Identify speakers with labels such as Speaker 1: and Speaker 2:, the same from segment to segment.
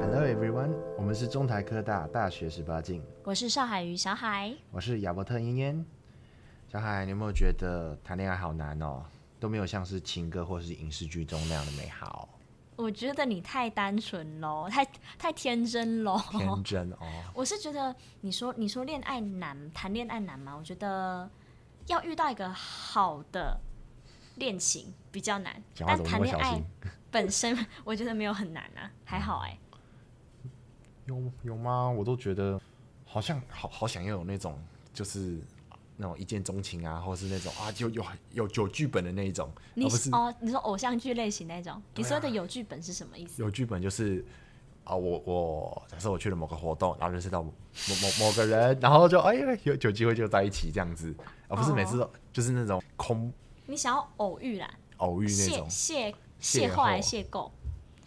Speaker 1: Hello everyone，我们是中台科大大学十八禁，
Speaker 2: 我是邵海瑜，小海。
Speaker 1: 我是亚伯特嫣嫣。小海，你有没有觉得谈恋爱好难哦？都没有像是情歌或是影视剧中那样的美好、
Speaker 2: 我觉得你太单纯喽，太太天真喽。
Speaker 1: 天真哦。
Speaker 2: 我是觉得你说你说恋爱难，谈恋爱难吗？我觉得要遇到一个好的恋情比较难，
Speaker 1: 讲话怎
Speaker 2: 但
Speaker 1: 么那
Speaker 2: 谈
Speaker 1: 么
Speaker 2: 恋
Speaker 1: 小
Speaker 2: 爱
Speaker 1: 心？
Speaker 2: 本身 我觉得没有很难啊，还好哎、
Speaker 1: 有有吗？我都觉得好像好好想要有那种就是那种一见钟情啊，或是那种啊有有有有剧本的那一种，而
Speaker 2: 你
Speaker 1: 不是
Speaker 2: 哦，你说偶像剧类型那种，你
Speaker 1: 对啊
Speaker 2: 说的有剧本是什么意思？
Speaker 1: 有剧本就是啊，我我假设我去了某个活动，然后认识到某某某个人，然后就哎呀有有机会就在一起这样子，而、不是每次都、
Speaker 2: 哦
Speaker 1: 就是那种空
Speaker 2: 你想要偶遇啦，
Speaker 1: 偶遇那
Speaker 2: 邂
Speaker 1: 种
Speaker 2: 邂
Speaker 1: 邂
Speaker 2: 邂逅还
Speaker 1: 逅
Speaker 2: 是邂逅？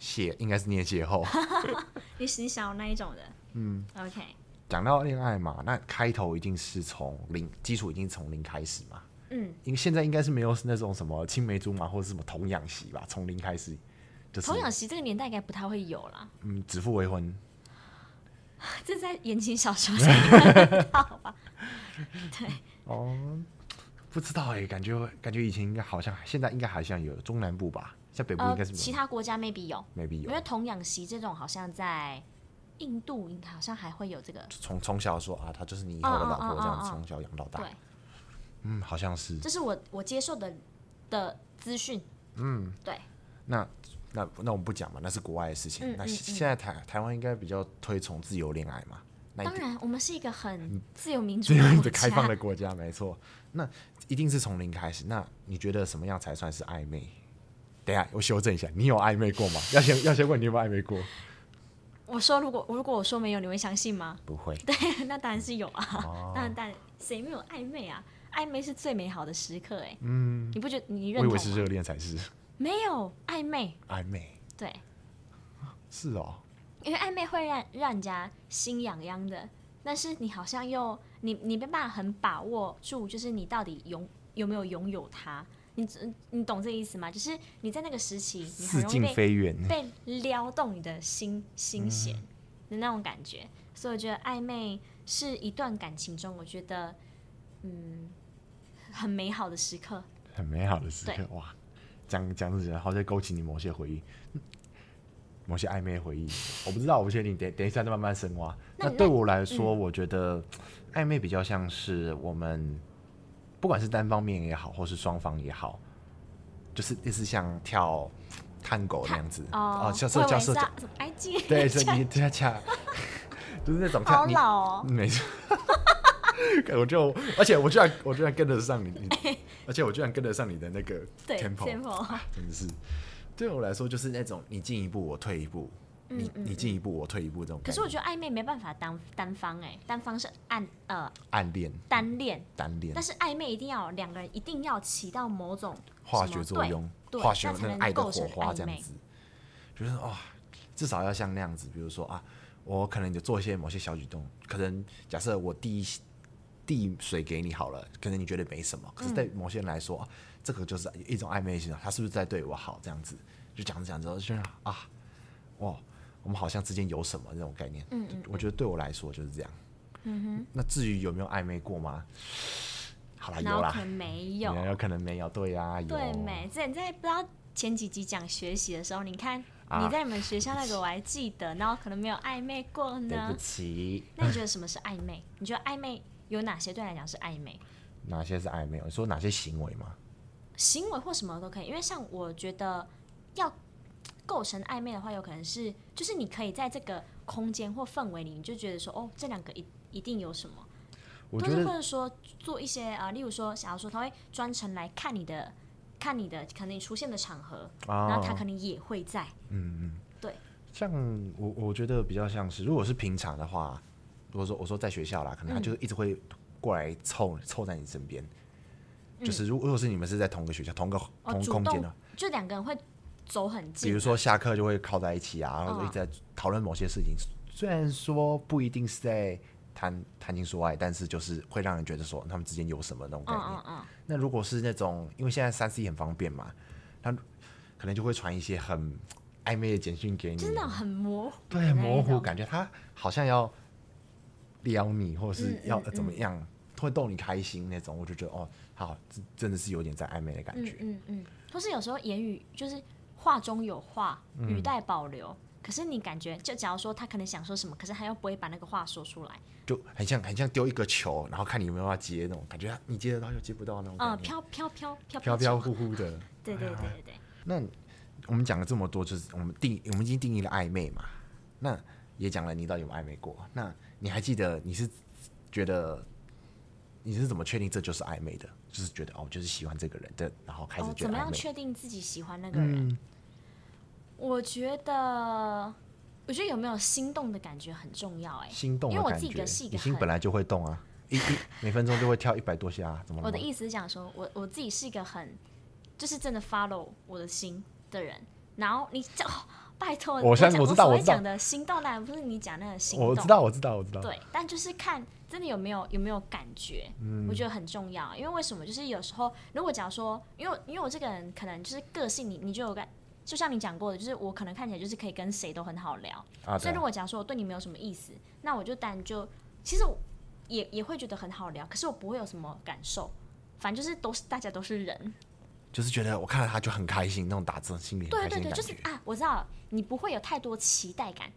Speaker 1: 邂，应该是念邂逅。
Speaker 2: 你你想要那一种的？嗯，OK，
Speaker 1: 讲到恋爱嘛，那开头一定是从零基础，一定从零开始嘛。
Speaker 2: 嗯，
Speaker 1: 因为现在应该是没有那种什么青梅竹马或者什么童养媳吧，从零开始就是
Speaker 2: 童养媳这个年代应该不太会有啦，
Speaker 1: 嗯指腹为婚，
Speaker 2: 这在言情小 说上看得到吧？对。
Speaker 1: 哦，不知道哎、感觉感觉以前应该好像，现在应该好像有中南部吧，像北部 应该是没有、
Speaker 2: 呃其他国家 maybe 有，
Speaker 1: maybe
Speaker 2: 因
Speaker 1: 有
Speaker 2: 为。童养媳这种好像在印度好像还会有这个，
Speaker 1: 从从小说啊，她就是你以
Speaker 2: 嗯
Speaker 1: 后的老婆，这样从小养到大。
Speaker 2: 对，
Speaker 1: 嗯，好像是。
Speaker 2: 这是我我接受的的资讯。嗯，对，
Speaker 1: 那那那我们不讲嘛，那是国外的事情。
Speaker 2: 嗯
Speaker 1: 那
Speaker 2: 嗯
Speaker 1: 现现在台台湾应该比较推崇自由恋爱嘛，那一
Speaker 2: 当
Speaker 1: 定
Speaker 2: 然我们是一个很自由民主
Speaker 1: 自由
Speaker 2: 国
Speaker 1: 的
Speaker 2: 家，
Speaker 1: 开放的国家，没错。那一定是从零开始。那你觉得什么样才算是暧昧？等一下，我修正一下，你有暧昧过吗？要先要先问你有没有暧昧过？
Speaker 2: 我说如果如果我说没有，你会相信吗？
Speaker 1: 不会。
Speaker 2: 对，那当然是有啊
Speaker 1: 哦，
Speaker 2: 当然当然，谁没有暧昧啊？暧昧是最美好的时刻，哎，
Speaker 1: 嗯，
Speaker 2: 你不觉得你
Speaker 1: 我
Speaker 2: 认
Speaker 1: 以
Speaker 2: 同啊
Speaker 1: 为是
Speaker 2: 吗？
Speaker 1: 热恋才是
Speaker 2: 没有暧昧，
Speaker 1: 暧昧，
Speaker 2: 对，
Speaker 1: 是哦。
Speaker 2: 因为暧昧会让让人家心痒痒的，但是你好像又你你没办法很把握住，就是你到底拥有没有拥有它，你只你懂这意思吗？就是你在那个时期，你
Speaker 1: 似
Speaker 2: 很容易
Speaker 1: 近
Speaker 2: 被
Speaker 1: 非远。
Speaker 2: 被撩动你的心心弦的嗯那种感觉，所以我觉得暧昧是一段感情中，我觉得嗯很美好的时刻。
Speaker 1: 很美好的时
Speaker 2: 对
Speaker 1: 刻哇！讲讲着讲着，好像勾起你某些回忆，某些暧昧回忆。我不知道，我不确定，等等一下再慢慢深挖。那
Speaker 2: 那那嗯
Speaker 1: 对我来说，我觉得暧昧比较像是我们，不管是单方面也好，或是双方也好，就是类似像跳探狗那样子
Speaker 2: 哦，
Speaker 1: 像
Speaker 2: 我
Speaker 1: 社
Speaker 2: 以为
Speaker 1: 交社
Speaker 2: 是
Speaker 1: 交
Speaker 2: 啊，什么 IG？
Speaker 1: 对，是你恰恰就是那种跳
Speaker 2: 好
Speaker 1: 你
Speaker 2: 老哦，
Speaker 1: 没错， 我就，而且我居然，我居然跟得上你，你 而且我居然跟得上你的那个
Speaker 2: 哎对
Speaker 1: tempo，
Speaker 2: ，tempo
Speaker 1: 真的是，对我来说就是那种你进一步我退一步，你你进一步我退一步这种
Speaker 2: 嗯可
Speaker 1: 感
Speaker 2: 是
Speaker 1: 觉。
Speaker 2: 我觉得暧昧没办法单单方哎、单方是暗呃
Speaker 1: 暗恋、
Speaker 2: 单恋，
Speaker 1: 单恋
Speaker 2: 但，是暧昧一定要有两个人一定要起到某种
Speaker 1: 化
Speaker 2: 什么
Speaker 1: 学作用，
Speaker 2: 对，
Speaker 1: 化学
Speaker 2: 那才
Speaker 1: 那个
Speaker 2: 能
Speaker 1: 爱的
Speaker 2: 构
Speaker 1: 火
Speaker 2: 成
Speaker 1: 花这样
Speaker 2: 暧昧。
Speaker 1: 子，就是哇、至少要像那样子，比如说啊，我可能就做一些某些小举动，可能假设我递一递水给你好了，可能你觉得没什
Speaker 2: 嗯
Speaker 1: 么，可是对某些人来说，啊这个就是一种暧昧性，他是不是在对我好这样子？就讲着讲着就觉得啊，哇，我们好像之间有什么那种概念，嗯我觉得对我来说就是这样。嗯哼，那至于有没有暧昧过吗？好啦，
Speaker 2: 然
Speaker 1: 有
Speaker 2: 后
Speaker 1: 啦
Speaker 2: 可，能没
Speaker 1: 有
Speaker 2: 有，
Speaker 1: 可能没有，对呀、有
Speaker 2: 对没？之前在不知道前几集讲学习的时候，你看、
Speaker 1: 啊
Speaker 2: 你在你们学校那个我还记得，然后可能没有暧昧过
Speaker 1: 对不
Speaker 2: 呢。
Speaker 1: 起，
Speaker 2: 那你觉得什么是暧昧？你觉得暧昧有哪些对你来讲是暧昧？
Speaker 1: 哪些是暧昧？你说哪些行为吗？
Speaker 2: 行为或什么都可以，因为像我觉得要构成暧昧的话，有可能是就是你可以在这个空间或氛围里，你就觉得说哦，这两个一一定有什么，
Speaker 1: 我
Speaker 2: 或
Speaker 1: 觉
Speaker 2: 者
Speaker 1: 得
Speaker 2: 或者说做一些啊、呃例如说，想要说他会专程来看你的，看你的可能你出现的场合，然后他
Speaker 1: 啊，
Speaker 2: 可能也会在，
Speaker 1: 嗯嗯，
Speaker 2: 对，
Speaker 1: 像我我觉得比较像是，如果是平常的话，如果说我说在学校啦，可能
Speaker 2: 嗯
Speaker 1: 他就是一直会过来凑凑在你身边。就是如如果是你们是在同个学校、同个
Speaker 2: 嗯哦，
Speaker 1: 同
Speaker 2: 主
Speaker 1: 空间的啊
Speaker 2: 动，就两个人会走很近，
Speaker 1: 比如说下课就会靠在一起啊，
Speaker 2: 哦
Speaker 1: 然后一直在讨论某些事情。虽然说不一定是在谈谈情说爱，但是就是会让人觉得说他们之间有什么那种概
Speaker 2: 嗯
Speaker 1: 念。
Speaker 2: 嗯嗯，
Speaker 1: 那如果是那种，因为现在三 C 很方便嘛，他可能就会传一些很暧昧的简讯给你，啊
Speaker 2: 就是那种很模糊，
Speaker 1: 对模糊，感觉，他好像要撩你，或者是要呃怎么样，会逗你开心那种，我就觉得哦，好，这真的是有点在暧昧的感
Speaker 2: 嗯
Speaker 1: 觉。
Speaker 2: 嗯嗯，或是有时候言语就是话中有话，语带保留。可是你感觉，就假如说他可能想说什么，可是他又不会把那个话说出来，
Speaker 1: 就很像很像丢一个球，然后看你有没有要接那种感觉，啊你接得到又接不到那种
Speaker 2: 嗯，
Speaker 1: 感觉，
Speaker 2: 飘飘飘飘
Speaker 1: 飘啊飘
Speaker 2: 球
Speaker 1: 忽忽的。
Speaker 2: 对对对对对，
Speaker 1: 那我们讲了这么多，就是我们定我们已经定义了暧昧嘛，那也讲了你到底有没有暧昧过。那你还记得你是觉得你是怎么确定这就是暧昧的？就是觉得哦，就是喜欢这个人的，然后开始
Speaker 2: 哦，
Speaker 1: 觉
Speaker 2: 怎
Speaker 1: 得啊嗯暧
Speaker 2: 么样
Speaker 1: 昧。
Speaker 2: 确定自己喜欢那个人？我觉得，我觉得有没有心动的感觉很重要、哎，
Speaker 1: 心动
Speaker 2: 因
Speaker 1: 的
Speaker 2: 为我
Speaker 1: 感
Speaker 2: 自己
Speaker 1: 觉，
Speaker 2: 个是一
Speaker 1: 你
Speaker 2: 个
Speaker 1: 心
Speaker 2: 很
Speaker 1: 本来就会动啊，一一每分钟就会跳一百多下、啊，怎么了吗？
Speaker 2: 我的意思是讲说，我我自己是一个很，就是真的 follow 我的心的人。然后你讲、哦，拜托，
Speaker 1: 我相
Speaker 2: 讲
Speaker 1: 我知道
Speaker 2: 所
Speaker 1: 我
Speaker 2: 谓
Speaker 1: 知道
Speaker 2: 讲的心动，当然不是你讲那个心动，
Speaker 1: 我知道，我知道，我知道。
Speaker 2: 对，但就是看真的有没有有没有感觉，我觉得很重要。因为为什么？就是有时候如果假如说，因为我因为我这个人可能就是个性你，你就有感，就像你讲过的，就是我可能看起来就是可以跟谁都很好聊，
Speaker 1: 啊，
Speaker 2: 所
Speaker 1: 对
Speaker 2: 以如
Speaker 1: 啊，
Speaker 2: 果假如说我对你没有什么意思，那我就单就其实我也也会觉得很好聊，可是我不会有什么感受。反正就是都是大家都是人，
Speaker 1: 就是觉得我看到他就很开心，那种打字心里很
Speaker 2: 对
Speaker 1: 开
Speaker 2: 对
Speaker 1: 心
Speaker 2: 对，
Speaker 1: 的感
Speaker 2: 就是
Speaker 1: 觉
Speaker 2: 啊，我知道了你不会有太多期待感，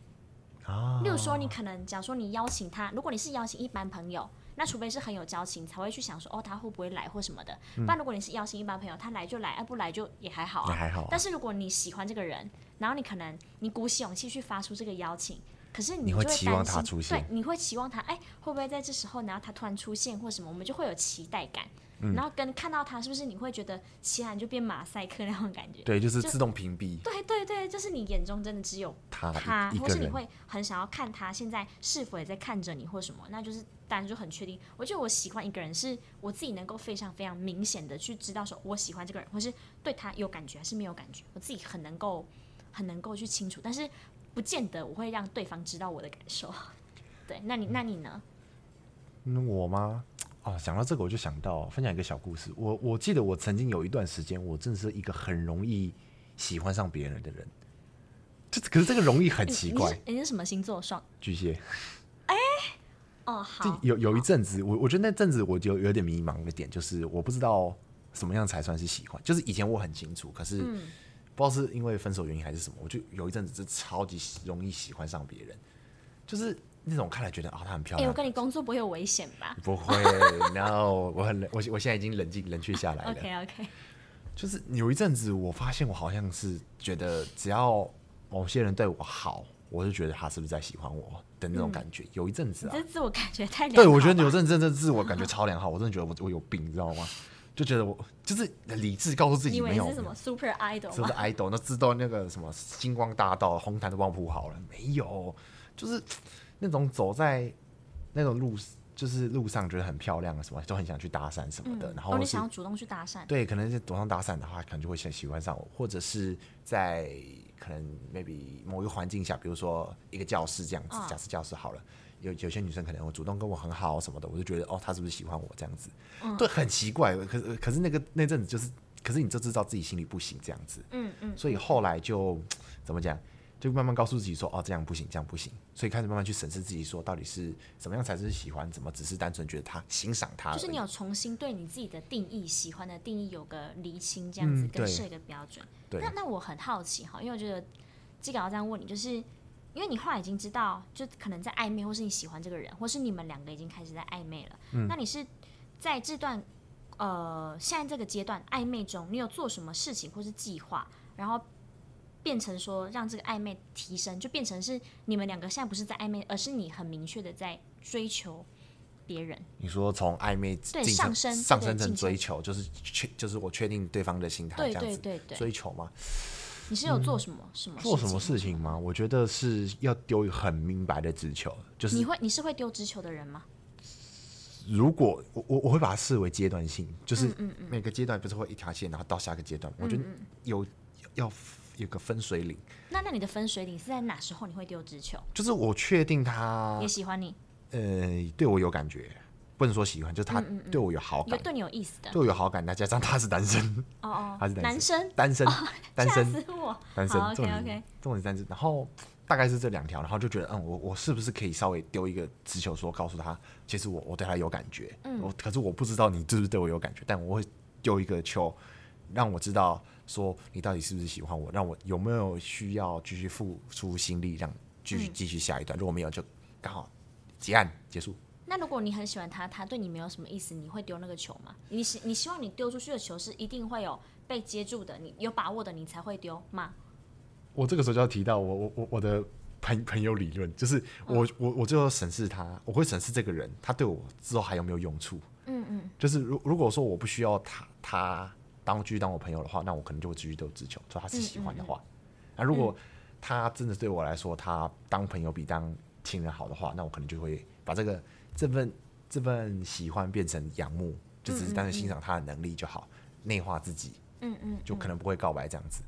Speaker 1: 啊。
Speaker 2: 例如说，你可能假如说你邀请他，如果你是邀请一般朋友，那除非是很有交情，才会去想说哦，他会不会来或什么的。不然如果你是邀请一般朋友，他来就来，啊、不来就也还好、啊。
Speaker 1: 嗯也还好啊
Speaker 2: 但是如果你喜欢这个人，然后你可能你鼓起勇气去发出这个邀请，可是
Speaker 1: 你
Speaker 2: 你就
Speaker 1: 会
Speaker 2: 担
Speaker 1: 期
Speaker 2: 心，
Speaker 1: 望他出现
Speaker 2: 对，你会期望他，哎，会不会在这时候，然后他突然出现或什么，我们就会有期待感。
Speaker 1: 嗯
Speaker 2: 然后跟看到他，是不是你会觉得其他人就变马赛克那种感觉？
Speaker 1: 对，就是自动屏蔽
Speaker 2: 对对对，就是你眼中真的只有
Speaker 1: 他一
Speaker 2: 他，
Speaker 1: 一
Speaker 2: 或
Speaker 1: 个
Speaker 2: 是你
Speaker 1: 人。
Speaker 2: 会很想要看他现在是否也在看着你或什么，那就是当然就很确定。我觉得我喜欢一个人，是我自己能够非常非常明显的去知道说我喜欢这个人，或是对他有感觉还是没有感觉，我自己很能够很能够去清楚，但是不见得我会让对方知道我的感受。 对，那你那你呢？
Speaker 1: 嗯，我吗？哦，讲到这个我就想到分享一个小故事。我我记得我曾经有一段时间，我真的是一个很容易喜欢上别人的人。这可是这个容易很
Speaker 2: 你
Speaker 1: 奇
Speaker 2: 你
Speaker 1: 怪
Speaker 2: 是，你是什么星座？双
Speaker 1: 巨蟹。
Speaker 2: 哦，
Speaker 1: 这
Speaker 2: 好，
Speaker 1: 有有一阵子，我我觉得那阵子我就有点迷茫的点，就是我不知道什么样才算是喜欢。就是以前我很清楚，可是
Speaker 2: 嗯
Speaker 1: 不知道是因为分手原因还是什么，我就有一阵子是超级喜容易喜欢上别人，就是那种看来觉得啊、她很漂
Speaker 2: 哎、
Speaker 1: 亮
Speaker 2: 我，跟你工作不会有危险吧
Speaker 1: 不 会，no，我很冷我我现在已经冷静冷却下来了。
Speaker 2: ？OK OK，
Speaker 1: 就是有一阵子，我发现我好像是觉得，只要某些人对我好，我就觉得他是不是在喜欢我的那种感觉。有一阵子
Speaker 2: 嗯你
Speaker 1: 啊
Speaker 2: 这，自我感觉太良
Speaker 1: 对我
Speaker 2: 好
Speaker 1: 觉得
Speaker 2: 吧
Speaker 1: 有阵阵阵自我感觉超良好，我真的觉得我我有病，你知道吗？就觉得我就是理智告诉自
Speaker 2: 你
Speaker 1: 己
Speaker 2: 以为
Speaker 1: 没
Speaker 2: 你
Speaker 1: 有
Speaker 2: 是，什么 Super Idol
Speaker 1: 是不
Speaker 2: 吗
Speaker 1: 是？idol 那知道那个什么星光大道、红毯都帮我铺好了没有？就是那种走在那种路，就是路上觉得很漂亮啊，什么都很想去搭讪什么的，然后
Speaker 2: 哦，你
Speaker 1: 是
Speaker 2: 想要主动去搭讪？
Speaker 1: 对，可能是躲上打伞的话，可能就会先喜欢上我，或者是在可能 maybe 某一个环境下，比如说一个教室这样子，
Speaker 2: 嗯
Speaker 1: 假设教室好了，有有些女生可能会主动跟我很好什么的，我就觉得哦，她是不是喜欢我这样子？
Speaker 2: 嗯
Speaker 1: 对，很奇怪。可是可是那个那阵子就是，可是你就知道自己心里不行这样子，
Speaker 2: 嗯嗯，
Speaker 1: 所以后来就怎么讲，就慢慢告诉自己说，哦，这样不行，这样不行，所以开始慢慢去审视自己，说到底是怎么样才是喜欢，怎么只是单纯觉得他欣赏他而已，
Speaker 2: 就是你有重新对你自己的定义、喜欢的定义有个厘清，这样子
Speaker 1: 嗯
Speaker 2: 跟
Speaker 1: 对
Speaker 2: 设一个标准。
Speaker 1: 对
Speaker 2: 那那我很好奇哈，因为我觉得这个要这样问你，就是因为你后来已经知道，就可能在暧昧，或是你喜欢这个人，或是你们两个已经开始在暧昧了。
Speaker 1: 嗯
Speaker 2: 那你是在这段呃现在这个阶段暧昧中，你有做什么事情或是计划，然后变成说让这个暧昧提升，就变成是你们两个现在不是在暧昧，而是你很明确的在追求别人。
Speaker 1: 你说从暧昧
Speaker 2: 对
Speaker 1: 进程
Speaker 2: 上升
Speaker 1: 上
Speaker 2: 对
Speaker 1: 升成
Speaker 2: 进程
Speaker 1: 追求，就是确就是我确定对方的心态
Speaker 2: 对
Speaker 1: 这样子
Speaker 2: 对对对
Speaker 1: 追求嘛。
Speaker 2: 你是有做什么、什么
Speaker 1: 嗯做什么
Speaker 2: 事
Speaker 1: 事情吗？我觉得是要丢很明白的直球，就
Speaker 2: 你
Speaker 1: 是
Speaker 2: 会你是会丢直球的人吗？
Speaker 1: 如果我我我会把它视为阶段性，就是
Speaker 2: 嗯
Speaker 1: 每个阶段不是会一条线，然后到下个阶段，我觉得有要有个分水岭，
Speaker 2: 那那你的分水岭是在哪时候你会丢直球？
Speaker 1: 就是我确定他
Speaker 2: 也喜欢你，
Speaker 1: 呃对我有感觉，不能说喜欢，就是
Speaker 2: 嗯
Speaker 1: 他对我有好
Speaker 2: 有
Speaker 1: 感，
Speaker 2: 对你有意思的
Speaker 1: 对我有好感，再加上他是单身，
Speaker 2: 哦哦，
Speaker 1: 他是单
Speaker 2: 男生，哦
Speaker 1: 单身 单
Speaker 2: 吓
Speaker 1: 身
Speaker 2: 死我！
Speaker 1: 单身
Speaker 2: 好，
Speaker 1: 重
Speaker 2: ，OK
Speaker 1: 点
Speaker 2: OK，
Speaker 1: 重点是单身，然后大概是这两条，然后就觉得嗯，我我是不是可以稍微丢一个直球说，告诉他其实我我对他有感觉，
Speaker 2: 嗯
Speaker 1: 我可是我不知道你是不是对我有感觉，但我会丢一个球，让我知道说你到底是不是喜欢我，让我有没有需要继续付出心力，让继
Speaker 2: 嗯
Speaker 1: 续继续下一段，如果没有就刚好结案结束。
Speaker 2: 那如果你很喜欢他，他对你没有什么意思，你会丢那个球吗？你希你希望你丢出去的球是一定会有被接住的，你有把握的你才会丢吗？
Speaker 1: 我这个时候就要提到我我我我的朋朋友理论，就是我、我我最后审视他，我会审视这个人，他对我之后还有没有用处。
Speaker 2: 嗯嗯，
Speaker 1: 就是如如果说我不需要他他当继续当我朋友的话，那我可能就会继续丢直球，说他是喜欢的话。那、如果他真的对我来说，他当朋友比当情人好的话，那我可能就会把这个这份这份喜欢变成仰慕，就只是单纯欣赏他的能力就好，内化自己，
Speaker 2: 嗯嗯，
Speaker 1: 就可能不会告白这样子。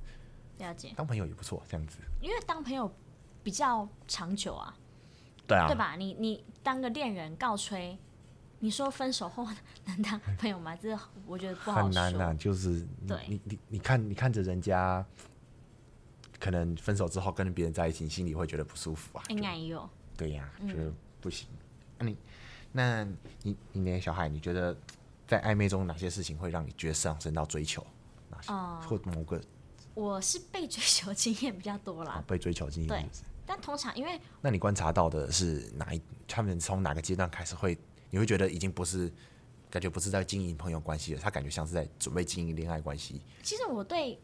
Speaker 2: 了解。
Speaker 1: 当朋友也不错，这样子。
Speaker 2: 因为当朋友比较长久啊，
Speaker 1: 对啊
Speaker 2: 对吧？你你当个恋人告吹，你说分手后能当朋友吗？这我觉得不好
Speaker 1: 很难
Speaker 2: 说。
Speaker 1: 啊，就是你
Speaker 2: 对
Speaker 1: 你你你看你看着人家，可能分手之后跟别人在一起，你心里会觉得不舒服啊。
Speaker 2: 应
Speaker 1: 就
Speaker 2: 该嗯也有，
Speaker 1: 对呀、觉得不行。那、你那你你那小海，你觉得在暧昧中哪些事情会让你觉得上升到追求？哪些、
Speaker 2: 哦
Speaker 1: 或某个
Speaker 2: 我是被追求经验比较多啦
Speaker 1: 啊，被追求经
Speaker 2: 对
Speaker 1: 验是不是？
Speaker 2: 但通常因为
Speaker 1: 那你观察到的是哪一？他们从哪个阶段开始会？你会觉得已经不是感觉不是在经营朋友关系了，他感觉像是在准备经营恋爱关系。
Speaker 2: 其实我对，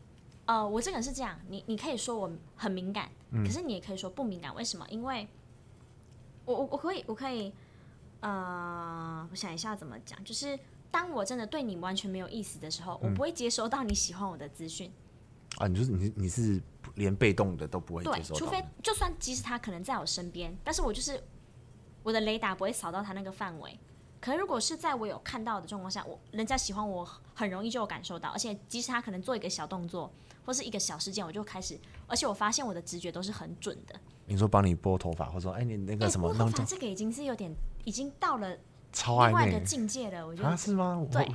Speaker 2: 呃，我这个人是这样，你你可以说我很敏感，可是你也可以说不敏感。为什么？因为我我我可以我可以，呃，我想一下怎么讲，就是当我真的对你完全没有意思的时候，我不会接收到你喜欢我的资讯。
Speaker 1: 啊，你就是你你是连被动的都不会
Speaker 2: 对
Speaker 1: 接，受
Speaker 2: 除
Speaker 1: 到
Speaker 2: 非
Speaker 1: 的，
Speaker 2: 就算即使他可能在我身边，但是我就是我的雷达不会扫到他那个范围。可是如果是在我有看到的状况下，我人家喜欢我，很容易就有感受到，而且即使他可能做一个小动作或是一个小事件，我就开始，而且我发现我的直觉都是很准的。
Speaker 1: 你说帮你拨头发，或者说哎你那
Speaker 2: 哎
Speaker 1: 个，什么
Speaker 2: 拨头
Speaker 1: 弄
Speaker 2: 发
Speaker 1: 种
Speaker 2: 这个已经是有点，已经到了
Speaker 1: 超
Speaker 2: 另外
Speaker 1: 暧
Speaker 2: 一个
Speaker 1: 昧
Speaker 2: 境界了。我觉得
Speaker 1: 啊是吗？我
Speaker 2: 对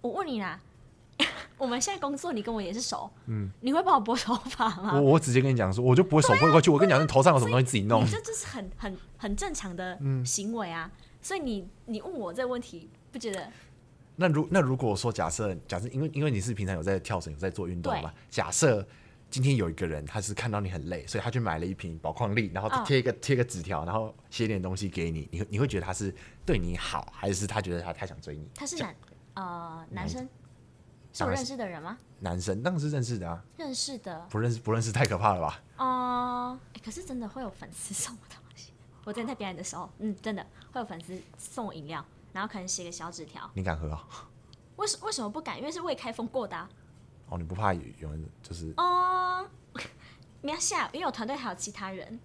Speaker 2: 我问你啦， 我们现在工作，你跟我也是熟，嗯，你会帮我拨头发吗？
Speaker 1: 我我直接跟你讲说，我就不会手
Speaker 2: 啊
Speaker 1: 拨过去，我跟你讲，你头上有什么东西自己弄
Speaker 2: 你。嗯这就是很很很正常的行为啊。所以你你问我这个问题，不觉得？
Speaker 1: 那如那如果说假设假设，因为因为你是平常有在跳绳，有在做运动
Speaker 2: 对
Speaker 1: 嘛，假设。今天有一个人，他是看到你很累，所以他去买了一瓶宝矿力，然后
Speaker 2: 嗯
Speaker 1: 贴一个、贴一个纸条，然后写点东西给你，你会你会觉得他是对你好，还是他觉得他他想追你？
Speaker 2: 他是男呃男
Speaker 1: 男
Speaker 2: 生，是我
Speaker 1: 当然
Speaker 2: 认识的人吗？
Speaker 1: 男生当然是认识的啊，
Speaker 2: 认识的
Speaker 1: 不认识不认识太可怕了吧？
Speaker 2: 哦、诶可是真的会有粉丝送我东西。 我之前在表演的时候，嗯，真的会有粉丝送我饮料，然后可能写个小纸条。
Speaker 1: 你敢喝啊、
Speaker 2: 为什为什么不敢？因为是未开封过的啊。
Speaker 1: 哦，你不怕有有人就是
Speaker 2: 哦、没有下，因为我团队还有其他人，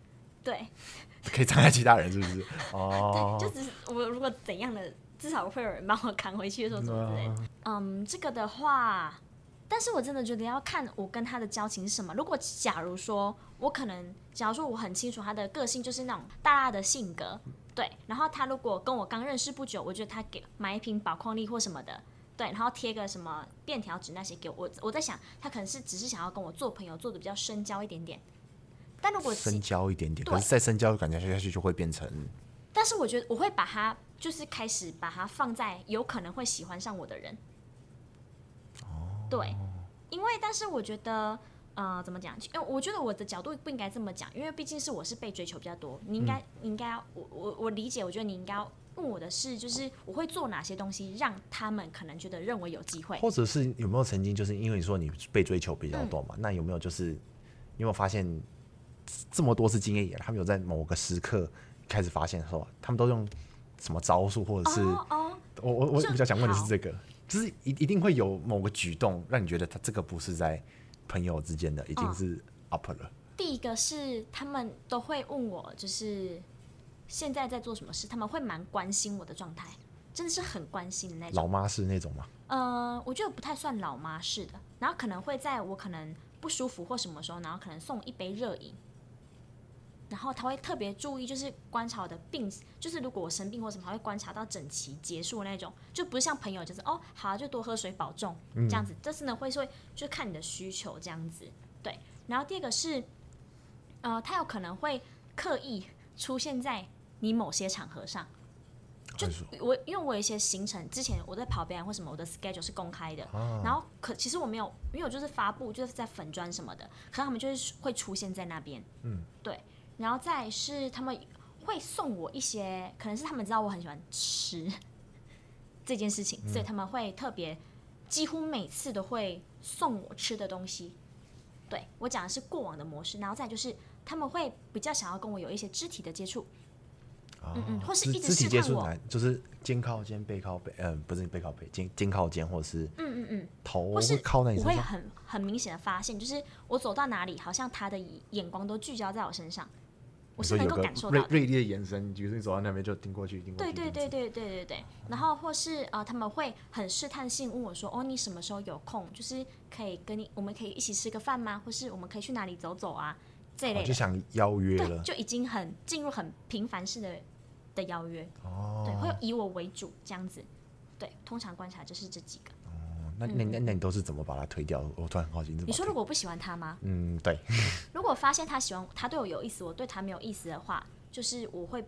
Speaker 2: 对，
Speaker 1: 可以伤害其他人，是不 是？哦，
Speaker 2: 就只是我如果怎样的，至少会有人帮我扛回去，说什
Speaker 1: 啊
Speaker 2: 么之类的。嗯，这个的话，但是我真的觉得要看我跟他的交情是什么。如果假如说我可能，假如说我很清楚他的个性就是那种大大的性格，对，然后他如果跟我刚认识不久，我觉得他给买一瓶宝矿力或什么的。对，然后贴个什么便条纸那些给我，我我在想，他可能是只是想要跟我做朋友，做的比较深交一点点。但如果
Speaker 1: 深交一点点，
Speaker 2: 对
Speaker 1: 可是再深交感觉下去就会变成
Speaker 2: 但是我觉得我会把它，就是开始把它放在有可能会喜欢上我的人。对，因为但是我觉得，呃，怎么讲？因为我觉得我的角度不应该这么讲，因为毕竟是我是被追求比较多，你应该，你应该要，我我我理解，我觉得你应该要问我的是，就是我会做哪些东西让他们可能觉得认为有机会。
Speaker 1: 或者是有没有曾经就是因为你说你被追求比较多嘛？
Speaker 2: 嗯
Speaker 1: 那有没有就是你有没有发现这么多次经验以来，他们有在某个时刻开始发现说他们都用什么招数，或者是、
Speaker 2: 哦哦，
Speaker 1: 我我我
Speaker 2: 这
Speaker 1: 比较想问的是
Speaker 2: 好
Speaker 1: 这个，就是一一定会有某个举动让你觉得他这个不是在朋友之间的已经
Speaker 2: 嗯
Speaker 1: 是 up 了。
Speaker 2: 第一个是他们都会问我，就是现在在做什么事，他们会蛮关心我的状态，真的是很关心的那种。
Speaker 1: 老妈是那种嘛，
Speaker 2: 呃，我觉得不太算老妈式的，然后可能会在我可能不舒服或什么时候，然后可能送一杯热饮，然后他会特别注意，就是观察我的病，就是如果我生病或什么，他会观察到整齐结束那种，就不是像朋友就是哦好啊就多喝水保重这样子，这是呢会说就看你的需求这样子，对。然后第二个是，呃，他有可能会刻意出现在你某些场合上。
Speaker 1: 会说
Speaker 2: 我因为我有一些行程，之前我在跑表演或什么，我的 schedule 是公开的。
Speaker 1: 啊
Speaker 2: 然后可其实我没有，因为我就是发布就是在粉砖什么的，可能他们就是会出现在那边。嗯，对。然后再是他们会送我一些，可能是他们知道我很喜欢吃这件事情，
Speaker 1: 嗯
Speaker 2: 所以他们会特别几乎每次都会送我吃的东西。对我讲的是过往的模式，然后再就是他们会比较想要跟我有一些肢体的接触，嗯嗯，或是
Speaker 1: 啊肢
Speaker 2: 一直
Speaker 1: 肢体
Speaker 2: 试
Speaker 1: 接
Speaker 2: 探
Speaker 1: 触
Speaker 2: 我，
Speaker 1: 难，就是肩靠肩、背靠背，嗯，不是背靠背，肩肩靠肩，或者是
Speaker 2: 嗯嗯嗯，
Speaker 1: 头
Speaker 2: 或是
Speaker 1: 会靠在你
Speaker 2: 我
Speaker 1: 身
Speaker 2: 会
Speaker 1: 上。
Speaker 2: 很很明显的发现，就是我走到哪里，好像他的眼光都聚焦在我身上，
Speaker 1: 你
Speaker 2: 我是
Speaker 1: 说
Speaker 2: 能
Speaker 1: 有
Speaker 2: 够
Speaker 1: 个
Speaker 2: 感受
Speaker 1: 锐
Speaker 2: 到的。
Speaker 1: 锐利的眼神，比如说你走到那边就盯过去，盯过去。
Speaker 2: 对对
Speaker 1: 盯
Speaker 2: 对
Speaker 1: 过去
Speaker 2: 对对对对，然后或是呃，他们会很试探性问我说：“哦，你什么时候有空？就是可以跟你，我们可以一起吃个饭吗？或是我们可以去哪里走走啊？”这
Speaker 1: 我
Speaker 2: 一类
Speaker 1: 哦就
Speaker 2: 的，
Speaker 1: 想邀约
Speaker 2: 对，
Speaker 1: 了。
Speaker 2: 就已经很进入很频繁式的的邀约，对，
Speaker 1: 哦，
Speaker 2: 会以我为主这样子。对，通常观察就是这几个。
Speaker 1: 那那那那你都是怎么把它推掉？我突然好奇，你怎
Speaker 2: 嗯你
Speaker 1: 么
Speaker 2: 说
Speaker 1: 推？
Speaker 2: 如果我不喜欢他吗？
Speaker 1: 嗯，对，
Speaker 2: 如果发现他喜欢他对我有意思，我对他没有意思的话，就是我会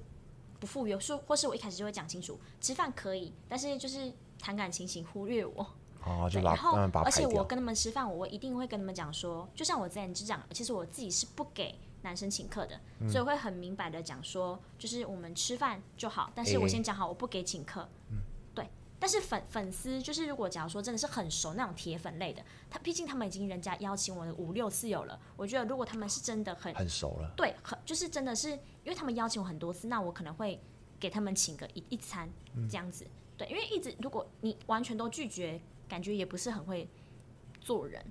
Speaker 2: 不赴约，说或是我一开始就会讲清楚，吃饭可以，但是就是谈感情请忽略我。
Speaker 1: 哦，就
Speaker 2: 对，
Speaker 1: 把
Speaker 2: 然后
Speaker 1: 慢慢把它
Speaker 2: 而
Speaker 1: 排
Speaker 2: 且我
Speaker 1: 掉。
Speaker 2: 跟他们吃饭，我一定会跟他们讲说，就像我之前就讲，其实我自己是不给男生请客的，
Speaker 1: 嗯
Speaker 2: 所以我会很明白的讲说，就是我们吃饭就好，但是我
Speaker 1: AA
Speaker 2: 先讲好我不给请客。
Speaker 1: 嗯
Speaker 2: 对。但是粉粉丝就是，如果假如说真的是很熟那种铁粉类的，他毕竟他们已经人家邀请我的五六次有了，我觉得如果他们是真的很
Speaker 1: 很熟了，
Speaker 2: 对，很就是真的是，因为他们邀请我很多次，那我可能会给他们请个一一餐这样子。对，因为一直如果你完全都拒绝，感觉也不是很会做人，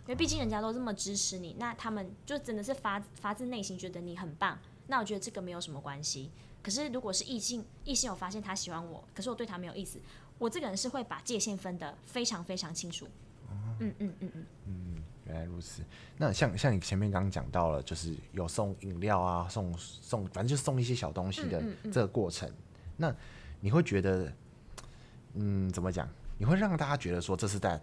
Speaker 2: 因为毕竟人家都这么支持你，那他们就真的是发发自内心觉得你很棒，那我觉得这个没有什么关系。可是如果是异性，异性我发现他喜欢我，可是我对他没有意思，我这个人是会把界限分得非常非常清楚。嗯嗯嗯嗯，
Speaker 1: 原来如此。那像像你前面刚刚讲到了，就是有送饮料啊，送送，反正就送一些小东西的这个过程。那你会觉得，嗯，怎么讲？你会让大家觉得说这是在，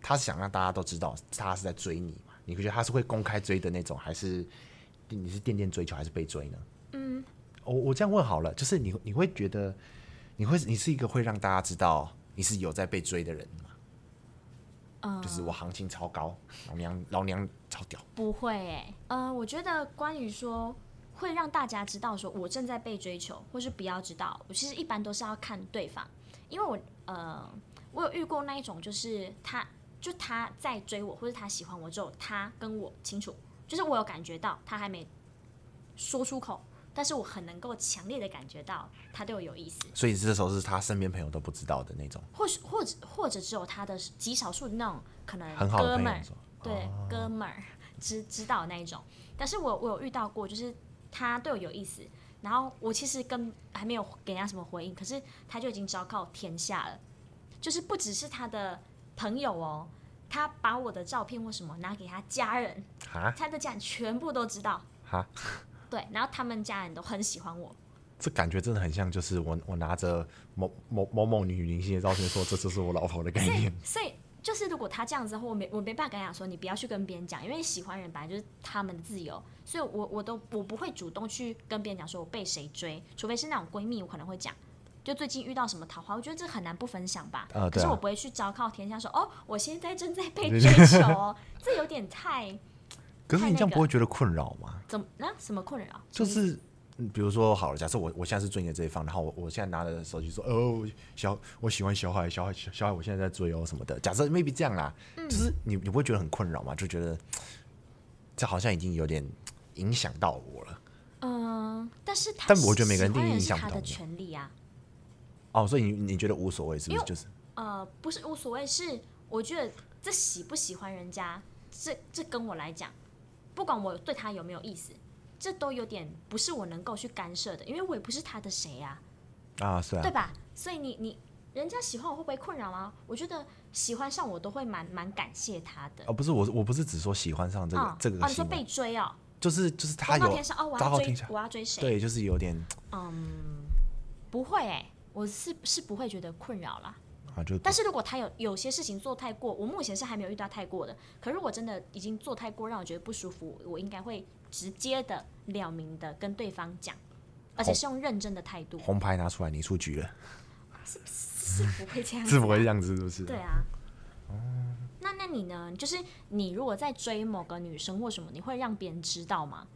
Speaker 1: 他是想让大家都知道他是在追你嘛？你会觉得他是会公开追的那种，还是你是渐渐追求，还是被追呢？嗯，我我这样问好了，就是你你会觉得，你会你是一个会让大家知道你是有在被追的人吗？就是我行情超高，老娘老娘超屌，
Speaker 2: 不会诶、呃，我觉得关于说会让大家知道说我正在被追求，或是不要知道，我其实一般都是要看对方，因为我呃，我有遇过那一种，就是他就他在追我，或者他喜欢我之后，他跟我清楚，就是我有感觉到他还没说出口，但是我很能够强烈的感觉到他对我有意思，
Speaker 1: 所以这时候是他身边朋友都不知道的那种，
Speaker 2: 或许或者或者只有他的极少数那种可能
Speaker 1: 很好的
Speaker 2: 哥
Speaker 1: 朋
Speaker 2: 们
Speaker 1: 友
Speaker 2: 儿
Speaker 1: 说，
Speaker 2: 对，哥们儿知知道那一种。但是我我有遇到过，就是他对我有意思，然后我其实跟还没有给人家什么回应，可是他就已经昭告天下了，就是不只是他的朋友哦，他把我的照片或什么拿给他家人，
Speaker 1: 啊
Speaker 2: 他的家人全部都知道，
Speaker 1: 啊，
Speaker 2: 对，然后他们家人都很喜欢我，
Speaker 1: 这感觉真的很像，就是我我拿着某某某某女明星的照片说这就是我老婆的概
Speaker 2: 所以
Speaker 1: 念，
Speaker 2: 所以。就是如果他这样子的话，我没我没办法跟他讲说你不要去跟别人讲，因为喜欢人本来就是他们的自由，所以我我都我不会主动去跟别人讲说我被谁追，除非是那种闺蜜，我可能会讲，就最近遇到什么桃花，我觉得这很难不分享吧。
Speaker 1: 啊对啊
Speaker 2: 可是我不会去昭告天下说 哦，我现在正在被追求哦，这有点太
Speaker 1: 可是你这样
Speaker 2: 太那个
Speaker 1: 不会觉得困扰吗？
Speaker 2: 怎么啊？什么困扰？
Speaker 1: 就是。嗯比如说，好了，假设我我现在是追你的这一方，然后我我现在拿着手机说，哦，小我喜欢小海，小海小小海，我现在在追哦什么的。假设 maybe 这样啦，
Speaker 2: 嗯
Speaker 1: 就是你你不会觉得很困扰吗？就觉得这好像已经有点影响到我了。
Speaker 2: 嗯，但是他
Speaker 1: 但我觉得每个人
Speaker 2: 喜欢
Speaker 1: 定义影
Speaker 2: 是
Speaker 1: 响不
Speaker 2: 他的
Speaker 1: 同的
Speaker 2: 权利啊。
Speaker 1: 哦，所以你你觉得无所谓是不
Speaker 2: 因
Speaker 1: 是？
Speaker 2: 为
Speaker 1: 就是
Speaker 2: 呃，不是无所谓，是我觉得这喜不喜欢人家这这跟我来讲，不管我对他有没有意思，这都有点不是我能够去干涉的，因为我也不是他的谁呀、
Speaker 1: 啊，是啊
Speaker 2: 对，吧？所以你你人家喜欢我会不会困扰啊？我觉得喜欢上我都会蛮蛮感谢他的。
Speaker 1: 哦，不是我，我不是只说喜欢上这个、
Speaker 2: 嗯
Speaker 1: 这个
Speaker 2: 哦，你说
Speaker 1: 行为，
Speaker 2: 被追哦，
Speaker 1: 就是就是他
Speaker 2: 公告
Speaker 1: 有
Speaker 2: 天上哦，我
Speaker 1: 糟
Speaker 2: 要
Speaker 1: 糕
Speaker 2: 追
Speaker 1: 听起来
Speaker 2: 我要追谁？
Speaker 1: 对，就是有点
Speaker 2: 嗯，不会哎、我是是不会觉得困扰啦。
Speaker 1: 啊，就
Speaker 2: 但是如果他有有些事情做太过，我目前是还没有遇到太过的。可如果真的已经做太过，让我觉得不舒服，我应该会直接的、了明的跟对方讲，而且是用认真的态度，
Speaker 1: 红牌拿出来，你出局了，
Speaker 2: 是不会这样子
Speaker 1: 是
Speaker 2: 啊。
Speaker 1: 不会这样子，是不是？
Speaker 2: 对啊。
Speaker 1: 哦
Speaker 2: 那那你呢？就是你如果在追某个女生或什么，你会让别人知道吗？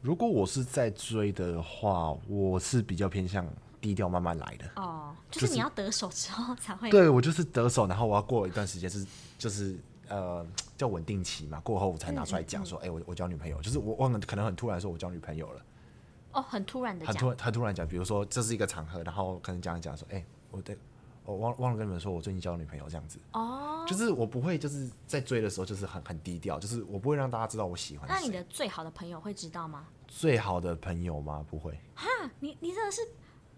Speaker 1: 如果我是在追的话，我是比较偏向低调慢慢来的。
Speaker 2: 哦，就
Speaker 1: 就是是
Speaker 2: 你要得手之后才会。
Speaker 1: 对我就是得手，然后我要过一段时间是就是呃叫稳定期嘛，过后我才
Speaker 2: 嗯
Speaker 1: 拿出来讲说，哎、我我交女朋友，就是我我很可能很突然说我交女朋友了，
Speaker 2: 哦，很突然的
Speaker 1: 很突
Speaker 2: 讲。
Speaker 1: 然很突然讲，比如说这是一个场合，然后可能讲一讲说，哎、我对我忘忘了跟你们说我最近交女朋友这样子，
Speaker 2: 哦，
Speaker 1: 就是我不会就是在追的时候就是很很低调，就是我不会让大家知道我喜欢
Speaker 2: 那你
Speaker 1: 谁。
Speaker 2: 的最好的朋友会知道吗？
Speaker 1: 最好的朋友吗？不会，
Speaker 2: 啊，你你真的是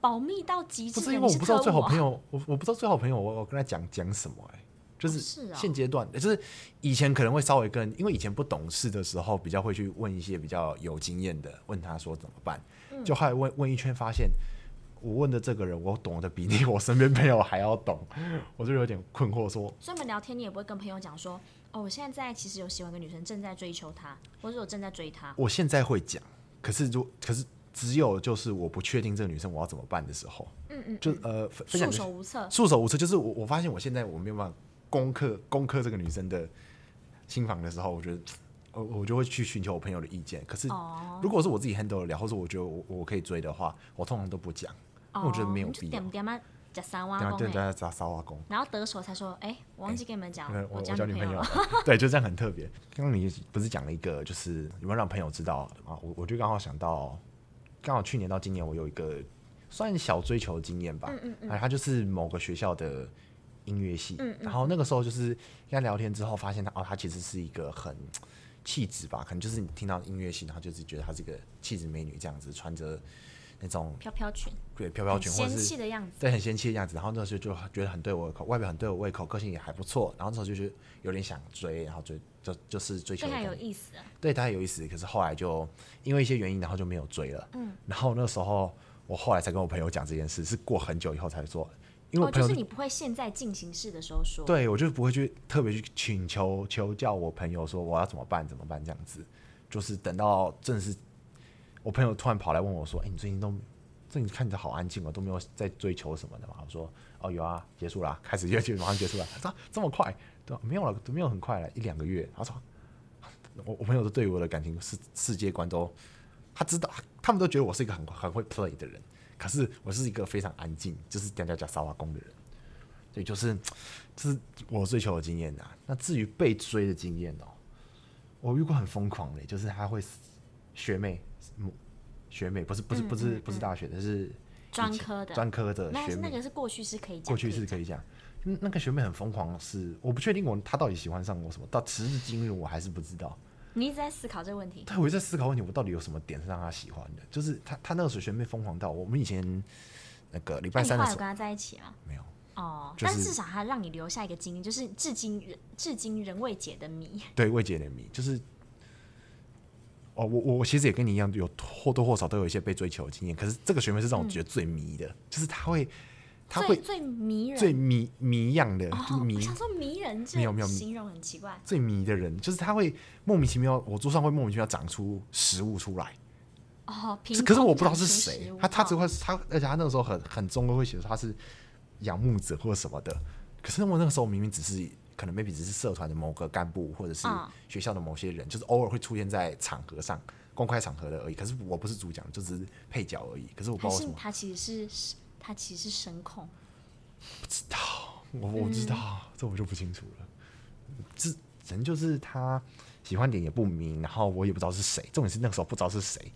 Speaker 2: 保密到极
Speaker 1: 不
Speaker 2: 致的，
Speaker 1: 是因为我
Speaker 2: 你是
Speaker 1: 不知道
Speaker 2: 特
Speaker 1: 最好
Speaker 2: 务啊
Speaker 1: 朋友，我我不知道最好朋友，我我跟他讲讲什么哎、就是
Speaker 2: 是哦
Speaker 1: 现阶段，就是以前可能会稍微跟，因为以前不懂事的时候，比较会去问一些比较有经验的，问他说怎么办，
Speaker 2: 嗯
Speaker 1: 就后来问问一圈，发现我问的这个人，我懂得比你我身边朋友还要懂，我就有点困惑说，
Speaker 2: 所以你们聊天，你也不会跟朋友讲说，哦，我现在在其实有喜欢一个女生，正在追求她，或者我正在追她。
Speaker 1: 我现在会讲，可是如可是只有就是我不确定这个女生我要怎么办的时候，
Speaker 2: 嗯嗯，
Speaker 1: 就呃分分享给
Speaker 2: 束手无策。
Speaker 1: 束手无策，就是我我发现我现在我没有办法攻克攻克这个女生的心房的时候，我觉得我我就会去寻求我朋友的意见。可是
Speaker 2: 哦
Speaker 1: 如果是我自己 handle 得了，或是我觉得我我可以追的话，我通常都不讲，因为我觉得没有
Speaker 2: 哦你就
Speaker 1: 必要。
Speaker 2: 点点嘛，假三
Speaker 1: 对
Speaker 2: 挖
Speaker 1: 啊，对
Speaker 2: 工
Speaker 1: 啊对
Speaker 2: 欸
Speaker 1: 啊，砸烧瓦工，
Speaker 2: 然后得手才说，哎、我忘记跟你们讲、
Speaker 1: 因为呃我
Speaker 2: 交
Speaker 1: 交
Speaker 2: 女
Speaker 1: 女朋友
Speaker 2: 友
Speaker 1: 了
Speaker 2: 了。，
Speaker 1: 对，就这样很特别。刚刚你不是讲了一个，就是有没有让朋友知道啊？我我就刚好想到，刚好去年到今年，我有一个算小追求的经验吧。嗯嗯他就是某个学校的音乐系，然后那个时候就是跟他聊天之后，发现他哦，他其实是一个很气质吧，可能就是你听到音乐系，然后就是觉得她是一个气质美女这样子，穿着那种
Speaker 2: 飘飘裙，
Speaker 1: 对飘飘
Speaker 2: 很
Speaker 1: 裙或
Speaker 2: 仙
Speaker 1: 者是
Speaker 2: 气的样子。
Speaker 1: 对，很仙气的样子。然后那时候就觉得很对我胃口，外表很对我胃口，个性也还不错。然后那时候就是有点想追，然后追就就是追求
Speaker 2: 对
Speaker 1: 的
Speaker 2: 她有
Speaker 1: 感觉，
Speaker 2: 意思啊，
Speaker 1: 对他有意思。可是后来就因为一些原因，然后就没有追了。嗯。然后那时候我后来才跟我朋友讲这件事，是过很久以后才说，因为
Speaker 2: 哦，
Speaker 1: 我朋友
Speaker 2: 就是你不会现在进行式的时候说，
Speaker 1: 对我就不会去特别去请求求教我朋友说我要怎么办怎么办这样子，就是等到正式，我朋友突然跑来问我说：“哎、你最近都最近看着好安静哦，都没有在追求什么的嘛？”我说：“哦，有啊，结束啦，开始 月就马上结束了，啊，这么快？对、啊，没有了，没有很快了，一两个月。”他说：“我我朋友都对我的感情世世界观都，他知道，他们都觉得我是一个很很会 play 的人，可是我是一个非常安静，就是嗲嗲嗲撒瓦工的人。”对，就是这是我追求的经验呐、啊那至于被追的经验哦、我遇过很疯狂的，就是他会学妹，嗯学妹不是不是不是不是大学的，是
Speaker 2: 嗯专
Speaker 1: 以前
Speaker 2: 科的
Speaker 1: 专科的
Speaker 2: 那
Speaker 1: 学
Speaker 2: 那
Speaker 1: 妹
Speaker 2: 个，是过去是可以讲，
Speaker 1: 过去是
Speaker 2: 以
Speaker 1: 可
Speaker 2: 讲
Speaker 1: 以讲。嗯那个学妹很疯狂的是，我不确定我她到底喜欢上我什么，到时至今日我还是不知道。
Speaker 2: 你一直在思考这个问题。
Speaker 1: 对，我一直在思考问题，我到底有什么点是让她喜欢的？就是她她那个时候学妹疯狂到我们以前那个礼
Speaker 2: 那
Speaker 1: 拜
Speaker 2: 你后
Speaker 1: 三的
Speaker 2: 来有
Speaker 1: 时
Speaker 2: 跟
Speaker 1: 候
Speaker 2: 他在一起吗？
Speaker 1: 没有，
Speaker 2: 哦，
Speaker 1: 就
Speaker 2: 但
Speaker 1: 是
Speaker 2: 至少他让你留下一个经历，就是至今至今仍未解的谜。
Speaker 1: 对未解的谜，就是哦，我我我其实也跟你一样，有或多或少都有一些被追求的经验。可是这个学妹是让我觉得最迷的，就是她会，她
Speaker 2: 嗯最
Speaker 1: 会
Speaker 2: 最迷人，
Speaker 1: 最迷迷样的，就是
Speaker 2: 哦，
Speaker 1: 迷
Speaker 2: 我想说迷人
Speaker 1: 没有没有
Speaker 2: 这形容很奇怪。
Speaker 1: 最迷的人，就是她会莫名其妙，我桌上会莫名其妙长出食物出来。
Speaker 2: 哦，
Speaker 1: 是，可是我不知道是谁，他他只会他，而且他那个时候很很中二，会写说他是仰慕者或者什么的。可是我那个时候明明只是可能 maybe 只是社团的某个干部或者是
Speaker 2: 嗯
Speaker 1: 学校的某些人，就是偶尔会出现在场合上公开场合的而已。可是我不是主讲，就只是配角而已。可是我不
Speaker 2: 还
Speaker 1: 知道为
Speaker 2: 是
Speaker 1: 什么，
Speaker 2: 他其实是他其实是声控，
Speaker 1: 我我不
Speaker 2: 嗯
Speaker 1: 知道，这我就不清楚了。这人就是他喜欢点也不明，然后我也不知道是谁，重点是那个时候不知道是谁，